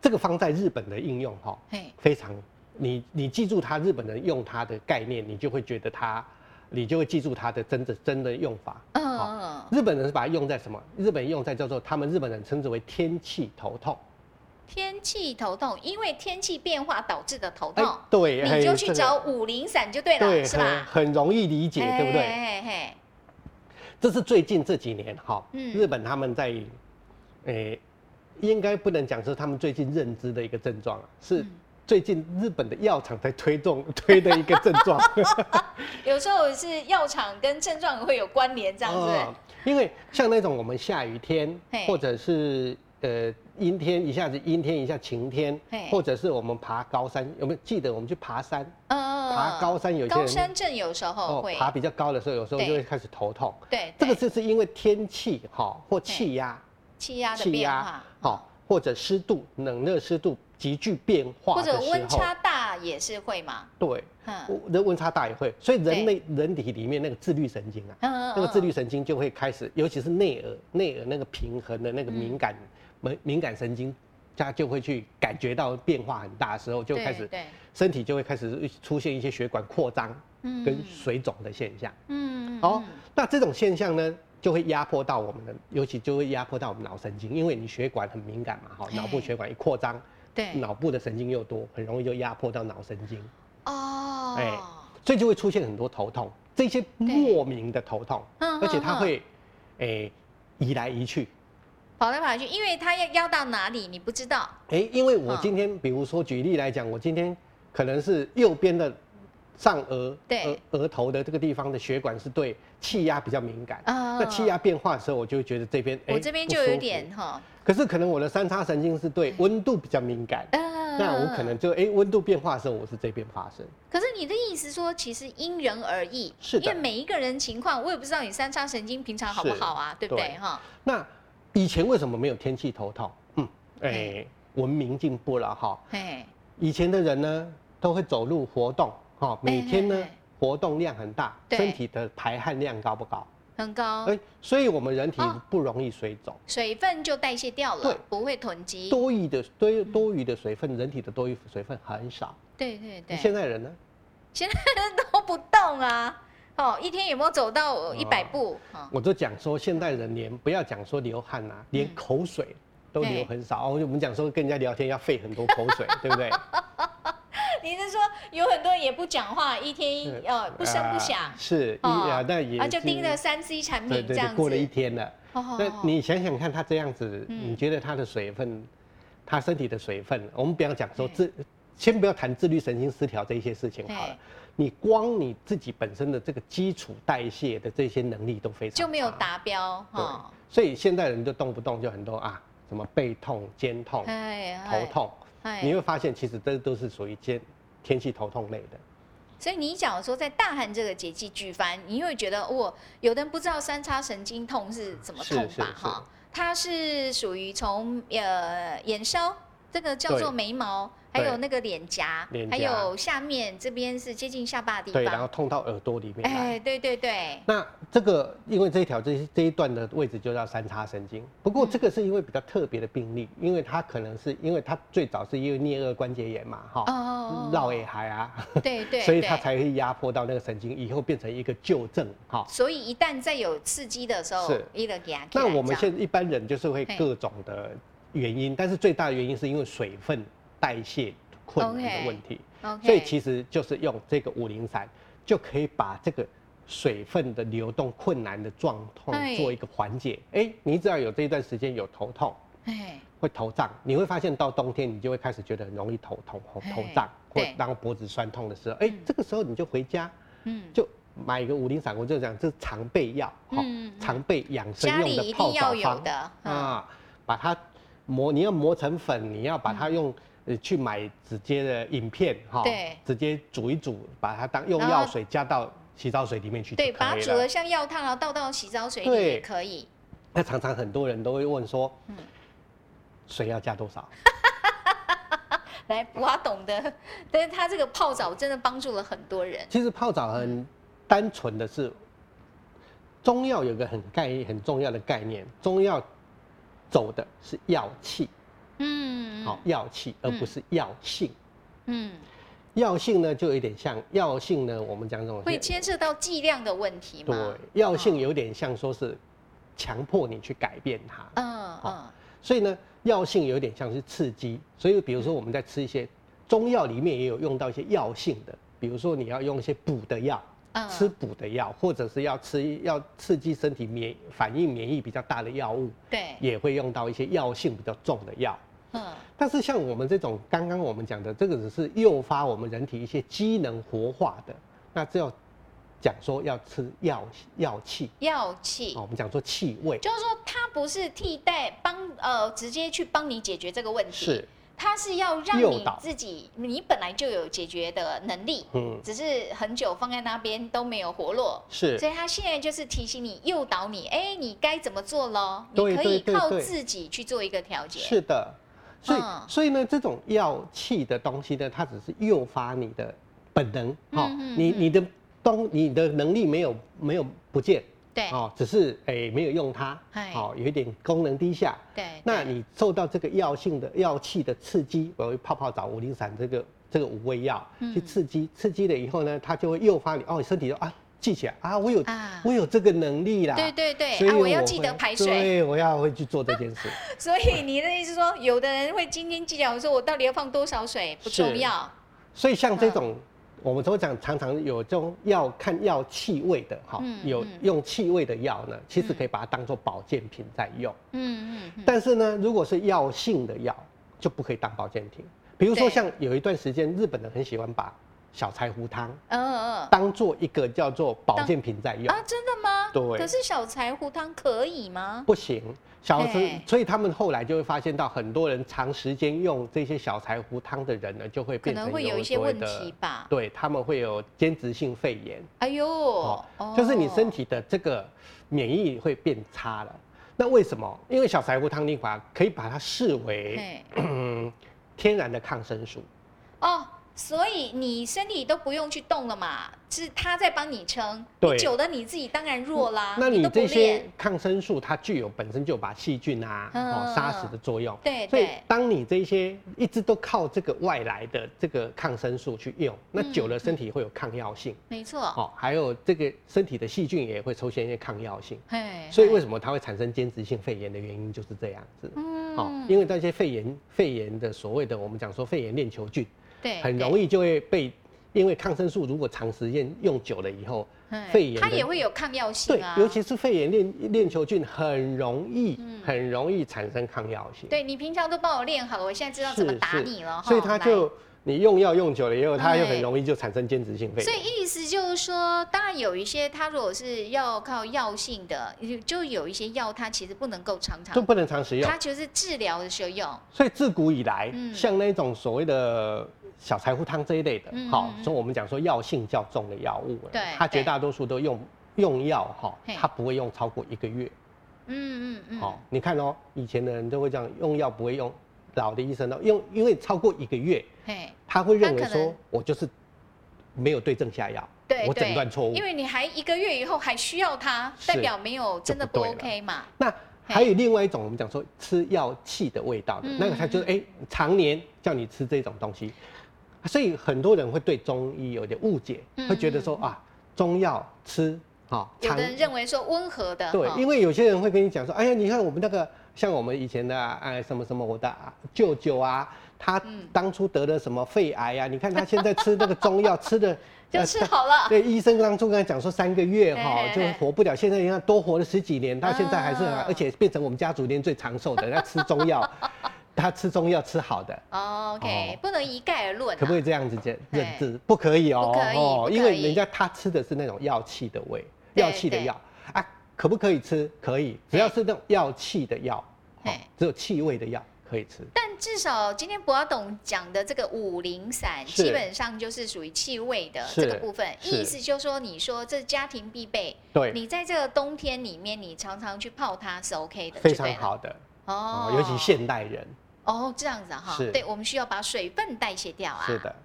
[SPEAKER 3] 这个方在日本的应用哈
[SPEAKER 1] 嘿，
[SPEAKER 3] 非常，你你记住它日本人用它的概念，你就会觉得它，你就会记住它的真的真的用法。
[SPEAKER 1] 嗯
[SPEAKER 3] 好
[SPEAKER 1] 嗯，嗯
[SPEAKER 3] 日本人是把它用在什么？日本用在叫做他们日本人称之为天气头痛。
[SPEAKER 1] 天气头痛，因为天气变化导致的头痛，
[SPEAKER 3] 哎对，
[SPEAKER 1] 哦你
[SPEAKER 3] 嘿
[SPEAKER 1] 就去
[SPEAKER 3] 这个
[SPEAKER 1] 找五苓散就对
[SPEAKER 3] 对，
[SPEAKER 1] 了，是
[SPEAKER 3] 很
[SPEAKER 1] 吧？哎
[SPEAKER 3] 很容易理解，对不对？
[SPEAKER 1] 嘿嘿嘿，
[SPEAKER 3] 这是最近这几年哈，
[SPEAKER 1] 嗯
[SPEAKER 3] 日本他们在，诶、应该不能讲是他们最近认知的一个症状啊，是
[SPEAKER 1] 嗯
[SPEAKER 3] 最近日本的药厂在推动 推的一个症状，
[SPEAKER 1] 有时候是药厂跟症状会有关联，这样
[SPEAKER 3] 哦
[SPEAKER 1] 子。
[SPEAKER 3] 因为像那种我们下雨天
[SPEAKER 1] 嘿，
[SPEAKER 3] 或者是呃阴天，一下子阴天，一下晴天
[SPEAKER 1] 嘿，
[SPEAKER 3] 或者是我们爬高山，有没有记得我们去爬山？
[SPEAKER 1] 嗯
[SPEAKER 3] 爬高山有些人哦
[SPEAKER 1] 高山症有时候会，
[SPEAKER 3] 爬比较高的时候，有时候
[SPEAKER 1] 对
[SPEAKER 3] 就会开始头痛。
[SPEAKER 1] 对，
[SPEAKER 3] 这个
[SPEAKER 1] 对
[SPEAKER 3] 就是因为天气哈或气压。
[SPEAKER 1] 气压的
[SPEAKER 3] 气
[SPEAKER 1] 变
[SPEAKER 3] 压
[SPEAKER 1] 化，，
[SPEAKER 3] 好、或者湿度、冷热湿度急剧变化
[SPEAKER 1] 或
[SPEAKER 3] 的时
[SPEAKER 1] 者
[SPEAKER 3] 候，
[SPEAKER 1] 温差大也是会嘛。
[SPEAKER 3] 对，
[SPEAKER 1] 嗯
[SPEAKER 3] 温温差大也会，所以人类人体里面那个自律神经啊，
[SPEAKER 1] 嗯
[SPEAKER 3] 那个自律神经就会开始，尤其是内耳，内耳那个平衡的那个敏感
[SPEAKER 1] 嗯
[SPEAKER 3] 敏、敏感神经，它就会去感觉到变化很大的时候，就开始
[SPEAKER 1] 对，对
[SPEAKER 3] 身体就会开始出现一些血管扩张
[SPEAKER 1] 嗯
[SPEAKER 3] 跟水肿的现象。
[SPEAKER 1] 嗯，
[SPEAKER 3] 哦
[SPEAKER 1] 嗯，
[SPEAKER 3] 那这种现象呢，就会压迫到我们的，尤其就会压迫到我们脑神经，因为你血管很敏感嘛，哈，
[SPEAKER 1] 嘿
[SPEAKER 3] 脑部血管一扩张，
[SPEAKER 1] 对，
[SPEAKER 3] 脑部的神经又多，很容易就压迫到脑神经，
[SPEAKER 1] 哦，
[SPEAKER 3] 哎所以就会出现很多头痛，这些莫名的头痛，
[SPEAKER 1] 嗯
[SPEAKER 3] 而且
[SPEAKER 1] 嗯
[SPEAKER 3] 它
[SPEAKER 1] 嗯嗯
[SPEAKER 3] 会，诶、移来移去，
[SPEAKER 1] 跑来跑去，因为它要压到哪里你不知道，
[SPEAKER 3] 诶、因为我
[SPEAKER 1] 嗯
[SPEAKER 3] 今天，比如说举例来讲，我今天可能是右边的上额，
[SPEAKER 1] 对
[SPEAKER 3] 额额头的这个地方的血管是对气压比较敏感，
[SPEAKER 1] 啊
[SPEAKER 3] 那气压变化的时候，我就会觉得这边，诶
[SPEAKER 1] 我这边
[SPEAKER 3] 不
[SPEAKER 1] 就有
[SPEAKER 3] 舒
[SPEAKER 1] 点
[SPEAKER 3] 服
[SPEAKER 1] 哈，
[SPEAKER 3] 可是可能我的三叉神经是对温度比较敏感，
[SPEAKER 1] 嗯
[SPEAKER 3] 那我可能，就哎温、度变化的时候，我是这边发生。
[SPEAKER 1] 可是你的意思说，其实因人而异，
[SPEAKER 3] 是的
[SPEAKER 1] 因为每一个人情况，我也不知道你三叉神经平常好不
[SPEAKER 3] 是
[SPEAKER 1] 好啊，对不对
[SPEAKER 3] 对
[SPEAKER 1] 哈？
[SPEAKER 3] 那以前为什么没有天气头痛？嗯，哎、
[SPEAKER 1] 嘿
[SPEAKER 3] 文明进步了哈。
[SPEAKER 1] 哎，
[SPEAKER 3] 以前的人呢，都会走路活动，哈，每天
[SPEAKER 1] 嘿
[SPEAKER 3] 呢
[SPEAKER 1] 嘿
[SPEAKER 3] 活动量很大，
[SPEAKER 1] 哎对
[SPEAKER 3] 身体的排汗量高不高？
[SPEAKER 1] 很高
[SPEAKER 3] 哎、，所以我们人体
[SPEAKER 1] 哦
[SPEAKER 3] 不容易水肿。
[SPEAKER 1] 水分就代谢掉了
[SPEAKER 3] 对，
[SPEAKER 1] 不会囤积，
[SPEAKER 3] 多余的多多余的水分，人体的多余水分很少。
[SPEAKER 1] 对对对，
[SPEAKER 3] 现在人呢？
[SPEAKER 1] 现在人都不动啊，哦，一天有没有走到一百步？哦
[SPEAKER 3] 我都讲说，现代人连不要讲说流汗
[SPEAKER 1] 嗯
[SPEAKER 3] 啊，连口水都流很少。哦，我们讲说跟人家聊天要费很多口 水，对不对？
[SPEAKER 1] 你是说有很多人也不讲话，一天呃不声不响
[SPEAKER 3] 啊，是
[SPEAKER 1] 哦
[SPEAKER 3] 啊，那也
[SPEAKER 1] 啊就是盯着三 C 产
[SPEAKER 3] 对
[SPEAKER 1] 品这
[SPEAKER 3] 对
[SPEAKER 1] 样
[SPEAKER 3] 对，
[SPEAKER 1] 子。
[SPEAKER 3] 过了一天了。
[SPEAKER 1] 哦
[SPEAKER 3] 那你想想看，他这样子，
[SPEAKER 1] 嗯
[SPEAKER 3] 你觉得他的水分，他身体的水分，我们不要讲说
[SPEAKER 1] 对
[SPEAKER 3] 自，先不要谈自律神经失调这一些事情好
[SPEAKER 1] 对
[SPEAKER 3] 了。你光你自己本身的这个基础代谢的这些能力都非常
[SPEAKER 1] 就没有
[SPEAKER 3] 差
[SPEAKER 1] 达标
[SPEAKER 3] 啊
[SPEAKER 1] 哦
[SPEAKER 3] 对
[SPEAKER 1] 哈，，
[SPEAKER 3] 所以现代人就动不动就很多啊，什么背痛、肩痛、
[SPEAKER 1] 哎
[SPEAKER 3] 头，痛，
[SPEAKER 1] 哎
[SPEAKER 3] 你会发现其实这都是属于天天气头痛类的。
[SPEAKER 1] 所以你讲说在大寒这个节气举凡，你会觉得我、哦、有的人不知道三叉神经痛是怎么
[SPEAKER 3] 是
[SPEAKER 1] 痛
[SPEAKER 3] 是
[SPEAKER 1] 吧？
[SPEAKER 3] 是
[SPEAKER 1] 哈，它是属于从呃眼梢这个叫做
[SPEAKER 3] 对
[SPEAKER 1] 眉毛，还
[SPEAKER 3] 对
[SPEAKER 1] 有那个脸颊，
[SPEAKER 3] 脸
[SPEAKER 1] 还
[SPEAKER 3] 颊
[SPEAKER 1] 有下面这边是接近下巴的
[SPEAKER 3] 对，
[SPEAKER 1] 地
[SPEAKER 3] 然后
[SPEAKER 1] 方。
[SPEAKER 3] 痛到耳朵里面来。
[SPEAKER 1] 哎，对对对，
[SPEAKER 3] 那这个因为这一条这一这一段的位置就叫三叉神经，不过这个是因为比较特别的病例，因为它可能是因为它最早是因为颞颌关节炎嘛，哈，
[SPEAKER 1] 哦，
[SPEAKER 3] 绕也还啊，
[SPEAKER 1] 对对，
[SPEAKER 3] 所以
[SPEAKER 1] 对
[SPEAKER 3] 它才会压迫到那个神经，以后变成一个旧症哈。
[SPEAKER 1] 所以一旦再有刺激的时候
[SPEAKER 3] 是，
[SPEAKER 1] 一个给它起来
[SPEAKER 3] 那
[SPEAKER 1] 这样。
[SPEAKER 3] 我们现在一般人就是会
[SPEAKER 1] 嘿
[SPEAKER 3] 各种的原因，但是最大的原因是因为水分代谢困难的问题，
[SPEAKER 1] OK，
[SPEAKER 3] 所以其实就是用这个五苓散就可以把这个水分的流动困难的状况
[SPEAKER 1] 嘿
[SPEAKER 3] 做一个缓解。哎，你只要有这一段时间有头痛，
[SPEAKER 1] 哎
[SPEAKER 3] 会头胀，你会发现到冬天你就会开始觉得很容易头痛、头
[SPEAKER 1] 嘿
[SPEAKER 3] 头胀，或
[SPEAKER 1] 哎对
[SPEAKER 3] 然后脖子酸痛的时候，哎
[SPEAKER 1] 嗯，
[SPEAKER 3] 这个时候你就回家
[SPEAKER 1] 嗯，
[SPEAKER 3] 就买一个五苓散，我就讲这是常备药，哈
[SPEAKER 1] 嗯嗯，
[SPEAKER 3] 常备养生
[SPEAKER 1] 家里
[SPEAKER 3] 用
[SPEAKER 1] 一
[SPEAKER 3] 的泡
[SPEAKER 1] 定要
[SPEAKER 3] 澡
[SPEAKER 1] 有
[SPEAKER 3] 方
[SPEAKER 1] 的，嗯，
[SPEAKER 3] 啊，把它磨，你要磨成粉，你要把它用。呃，去买直接的饮片哈，
[SPEAKER 1] 对
[SPEAKER 3] 直接煮一煮，把它当用
[SPEAKER 1] 然后
[SPEAKER 3] 药水加到洗澡水里面去就
[SPEAKER 1] 对，把
[SPEAKER 3] 可
[SPEAKER 1] 它
[SPEAKER 3] 以
[SPEAKER 1] 煮
[SPEAKER 3] 了
[SPEAKER 1] 的。像药汤，然后倒到洗澡水里
[SPEAKER 3] 对
[SPEAKER 1] 也可以。
[SPEAKER 3] 那常常很多人都会问说，
[SPEAKER 1] 嗯
[SPEAKER 3] 水要加多少？
[SPEAKER 1] 来，我懂得，但是他这个泡澡真的帮助了很多人。
[SPEAKER 3] 其实泡澡很单纯的是，中药有一个很概很重要的概念，中药走的是药气，
[SPEAKER 1] 嗯，
[SPEAKER 3] 好、药气，而不是药性。
[SPEAKER 1] 嗯，
[SPEAKER 3] 药性呢，就有点像药性呢，我们讲这种
[SPEAKER 1] 会牵涉到剂量的问题吗？
[SPEAKER 3] 对药性有点像说是强迫你去改变它，
[SPEAKER 1] 嗯嗯
[SPEAKER 3] 好，所以呢，药性有点像是刺激。所以比如说我们在吃一些中药里面也有用到一些药性的，比如说你要用一些补的药。
[SPEAKER 1] 嗯
[SPEAKER 3] 吃补的药，或者是要吃要刺激身体免反应免疫比较大的药物，
[SPEAKER 1] 对，
[SPEAKER 3] 也会用到一些药性比较重的药。
[SPEAKER 1] 嗯
[SPEAKER 3] 但是像我们这种刚刚我们讲的，这个只是诱发我们人体一些机能活化的，那只要讲说要吃药药气
[SPEAKER 1] 药气
[SPEAKER 3] 啊，哦我们讲说气味
[SPEAKER 1] 就是说它不是替代帮呃直接去帮你解决这个问题，
[SPEAKER 3] 是
[SPEAKER 1] 它是要让
[SPEAKER 3] 诱
[SPEAKER 1] 你
[SPEAKER 3] 导
[SPEAKER 1] 自己，你本来就有解决的能力，
[SPEAKER 3] 嗯
[SPEAKER 1] 只是很久放在那边都没有活络。
[SPEAKER 3] 是
[SPEAKER 1] 所以它现在就是提醒你、诱导你，哎、你该怎么做咯？你
[SPEAKER 3] 对
[SPEAKER 1] 可以
[SPEAKER 3] 对对
[SPEAKER 1] 靠
[SPEAKER 3] 对
[SPEAKER 1] 自己去做一个调节。
[SPEAKER 3] 是的，所以、
[SPEAKER 1] 嗯
[SPEAKER 3] 所以呢，这种药气的东西呢，它只是诱发你的本能哦，
[SPEAKER 1] 嗯嗯
[SPEAKER 3] 你
[SPEAKER 1] 嗯
[SPEAKER 3] 你的东你的能力没有没有不见，
[SPEAKER 1] 对
[SPEAKER 3] 哦，只是诶、没有用它
[SPEAKER 1] 哎，
[SPEAKER 3] 哦，有一点功能低下。
[SPEAKER 1] 对，
[SPEAKER 3] 那
[SPEAKER 1] 对
[SPEAKER 3] 你受到这个药性的药气的刺激，我泡泡澡、五苓散这个这个五味药
[SPEAKER 1] 嗯
[SPEAKER 3] 去刺激，刺激了以后呢，它就会诱发你哦，身体就啊记起来啊，我有、
[SPEAKER 1] 啊
[SPEAKER 3] 我有这个能力啦，
[SPEAKER 1] 对对对
[SPEAKER 3] 所以
[SPEAKER 1] 啊我要
[SPEAKER 3] 会
[SPEAKER 1] 记得排水
[SPEAKER 3] 对，我要会去做这件事。
[SPEAKER 1] 所以你的意思说，有的人会斤斤计较，说我到底要放多少水不重
[SPEAKER 3] 是
[SPEAKER 1] 要。
[SPEAKER 3] 所以像
[SPEAKER 1] 嗯
[SPEAKER 3] 这种，我们都讲常常有这种药看药气味的哈，
[SPEAKER 1] 嗯
[SPEAKER 3] 有
[SPEAKER 1] 嗯
[SPEAKER 3] 用气味的药呢，其实
[SPEAKER 1] 嗯
[SPEAKER 3] 可以把它当做保健品在用。
[SPEAKER 1] 嗯嗯嗯，
[SPEAKER 3] 但是呢，如果是药性的药，就不可以当保健品。比如说
[SPEAKER 1] 对
[SPEAKER 3] 像有一段时间，日本人很喜欢把小柴胡汤
[SPEAKER 1] 嗯嗯
[SPEAKER 3] 当做一个叫做保健品在
[SPEAKER 1] 嗯
[SPEAKER 3] 用
[SPEAKER 1] 啊，，真的吗？
[SPEAKER 3] 对
[SPEAKER 1] 可是小柴胡汤可以吗？
[SPEAKER 3] 不行。小
[SPEAKER 1] 嘿
[SPEAKER 3] 柴，所以他们后来就会发现到很多人长时间用这些小柴胡汤的人呢，就会
[SPEAKER 1] 可
[SPEAKER 3] 变成
[SPEAKER 1] 能会有一些
[SPEAKER 3] 所谓
[SPEAKER 1] 问
[SPEAKER 3] 的
[SPEAKER 1] 题吧。
[SPEAKER 3] 对他们会有间质性肺炎。
[SPEAKER 1] 哎呦，
[SPEAKER 3] 哦
[SPEAKER 1] 哦，
[SPEAKER 3] 就是你身体的这个免疫会变差了。那为什么？因为小柴胡汤你把可以把它视为
[SPEAKER 1] 嘿
[SPEAKER 3] 嗯天然的抗生素，
[SPEAKER 1] 哦，所以你身体都不用去动了嘛，是他在帮你撑。
[SPEAKER 3] 对嗯
[SPEAKER 1] 你久了你自己当然弱啦。
[SPEAKER 3] 那你
[SPEAKER 1] 啊都不
[SPEAKER 3] 这些
[SPEAKER 1] 练，
[SPEAKER 3] 抗生素它具有本身就有把细菌啊
[SPEAKER 1] 嗯
[SPEAKER 3] 哦杀死的作用。
[SPEAKER 1] 对
[SPEAKER 3] 所以
[SPEAKER 1] 对，
[SPEAKER 3] 当你这些一直都靠这个外来的这个抗生素去用，那
[SPEAKER 1] 嗯
[SPEAKER 3] 久了身体会有抗药性
[SPEAKER 1] 没错。
[SPEAKER 3] 哦，还有这个身体的细菌也会出现一些抗药性。
[SPEAKER 1] 嘿，
[SPEAKER 3] 所以为
[SPEAKER 1] 什
[SPEAKER 3] 什么它会产生间质性肺炎的原因就是这样子。
[SPEAKER 1] 嗯
[SPEAKER 3] 哦，因为这些肺炎肺炎的所谓的我们讲说肺炎链球菌，
[SPEAKER 1] 对
[SPEAKER 3] 很容
[SPEAKER 1] 易
[SPEAKER 3] 易就会被，因为抗生素如果长时间用久了以后，肺炎
[SPEAKER 1] 哎它
[SPEAKER 3] 的
[SPEAKER 1] 也会有抗药性
[SPEAKER 3] 对
[SPEAKER 1] 啊。，
[SPEAKER 3] 尤其是肺炎链链球菌很容易
[SPEAKER 1] 嗯
[SPEAKER 3] 很容易产生抗药性，
[SPEAKER 1] 对你平常都帮我练好了，我现在知道怎么打你了哈。
[SPEAKER 3] 所以它就你用药用久了以后，它又
[SPEAKER 1] 哎
[SPEAKER 3] 很容易就产生间质性
[SPEAKER 1] 来。
[SPEAKER 3] 肺
[SPEAKER 1] 所
[SPEAKER 3] 炎。
[SPEAKER 1] 以意思就是说，当然有一些它如果是要靠药性的，就就有一些药它其实不能够常
[SPEAKER 3] 就
[SPEAKER 1] 常，
[SPEAKER 3] 不能常食用
[SPEAKER 1] 它，就是治疗的时候用。
[SPEAKER 3] 所以自古以来，
[SPEAKER 1] 嗯
[SPEAKER 3] 像那种所谓的小柴胡汤这一类的
[SPEAKER 1] 嗯，
[SPEAKER 3] 好
[SPEAKER 1] 嗯嗯，
[SPEAKER 3] 所以我们讲说药性较重的药物，啊
[SPEAKER 1] 对
[SPEAKER 3] 它绝
[SPEAKER 1] 对
[SPEAKER 3] 大多数都用用药哈
[SPEAKER 1] 嘿，
[SPEAKER 3] 它不会用超过一个月，
[SPEAKER 1] 嗯嗯嗯，
[SPEAKER 3] 好，你看哦，以前的人都会这样，用药不会用，老的医生都用，因为超过一个月，
[SPEAKER 1] 嘿，
[SPEAKER 3] 他会认为
[SPEAKER 1] 他可能
[SPEAKER 3] 说我就是没有对症下药，
[SPEAKER 1] 对，
[SPEAKER 3] 我
[SPEAKER 1] 对
[SPEAKER 3] 诊断错误
[SPEAKER 1] 因。为你还一个月以后还需要它，
[SPEAKER 3] 是
[SPEAKER 1] 代表没有真的不
[SPEAKER 3] 就不对了
[SPEAKER 1] OK 嘛，
[SPEAKER 3] 那还有另外一种，我们讲说吃药气的味道的
[SPEAKER 1] 嗯，
[SPEAKER 3] 那个他就是哎、常年叫你吃这种东西，所以很多人会对中医有点误解
[SPEAKER 1] 嗯，
[SPEAKER 3] 会觉得说啊，中药吃啊，
[SPEAKER 1] 有
[SPEAKER 3] 常
[SPEAKER 1] 的人认为说温和的，哦
[SPEAKER 3] 对
[SPEAKER 1] 哈，
[SPEAKER 3] 因为有些人会跟你讲说，哎呀，你看我们那个像我们以前的啊哎什么什么我的啊舅舅啊，他
[SPEAKER 1] 嗯
[SPEAKER 3] 当初得了什么肺癌啊，你看他现在吃那个中药吃的，
[SPEAKER 1] 就
[SPEAKER 3] 呃
[SPEAKER 1] 吃好 了，
[SPEAKER 3] 对，医生当初跟他讲说三个月哈
[SPEAKER 1] 嘿嘿嘿
[SPEAKER 3] 就活不了，现在你看多活了十几年，他现在还是很呃
[SPEAKER 1] 啊
[SPEAKER 3] 而且变成我们家族里面最长寿的，他吃中 药，他吃中药吃好的。
[SPEAKER 1] 哦，OK，
[SPEAKER 3] 哦
[SPEAKER 1] 不能一概而论啊，
[SPEAKER 3] 可不可以这样子认
[SPEAKER 1] 嘿
[SPEAKER 3] 认知？不可以哦，
[SPEAKER 1] 哎不可以不可以
[SPEAKER 3] 因为人家他吃的是那种药气的味，
[SPEAKER 1] 对
[SPEAKER 3] 药气的药啊，可不可以吃？可以，只要是那种药气的药，
[SPEAKER 1] 嘿
[SPEAKER 3] 哦只有气味的药可以吃。
[SPEAKER 1] 但至少今天博阿董讲的这个五苓散，
[SPEAKER 3] 是
[SPEAKER 1] 基本上就是属于气味的
[SPEAKER 3] 是
[SPEAKER 1] 这个部分。
[SPEAKER 3] 是
[SPEAKER 1] 意思就是说，你说这家庭必备，
[SPEAKER 3] 对，
[SPEAKER 1] 你在这个冬天里面，你常常去泡它是 OK 的，
[SPEAKER 3] 非
[SPEAKER 1] 就
[SPEAKER 3] 常
[SPEAKER 1] 对了。
[SPEAKER 3] 好的
[SPEAKER 1] 哦
[SPEAKER 3] 哦，尤其现代人
[SPEAKER 1] 哦这样子哈，
[SPEAKER 3] 是
[SPEAKER 1] 对我们需要把水分代谢掉啊。
[SPEAKER 3] 是的。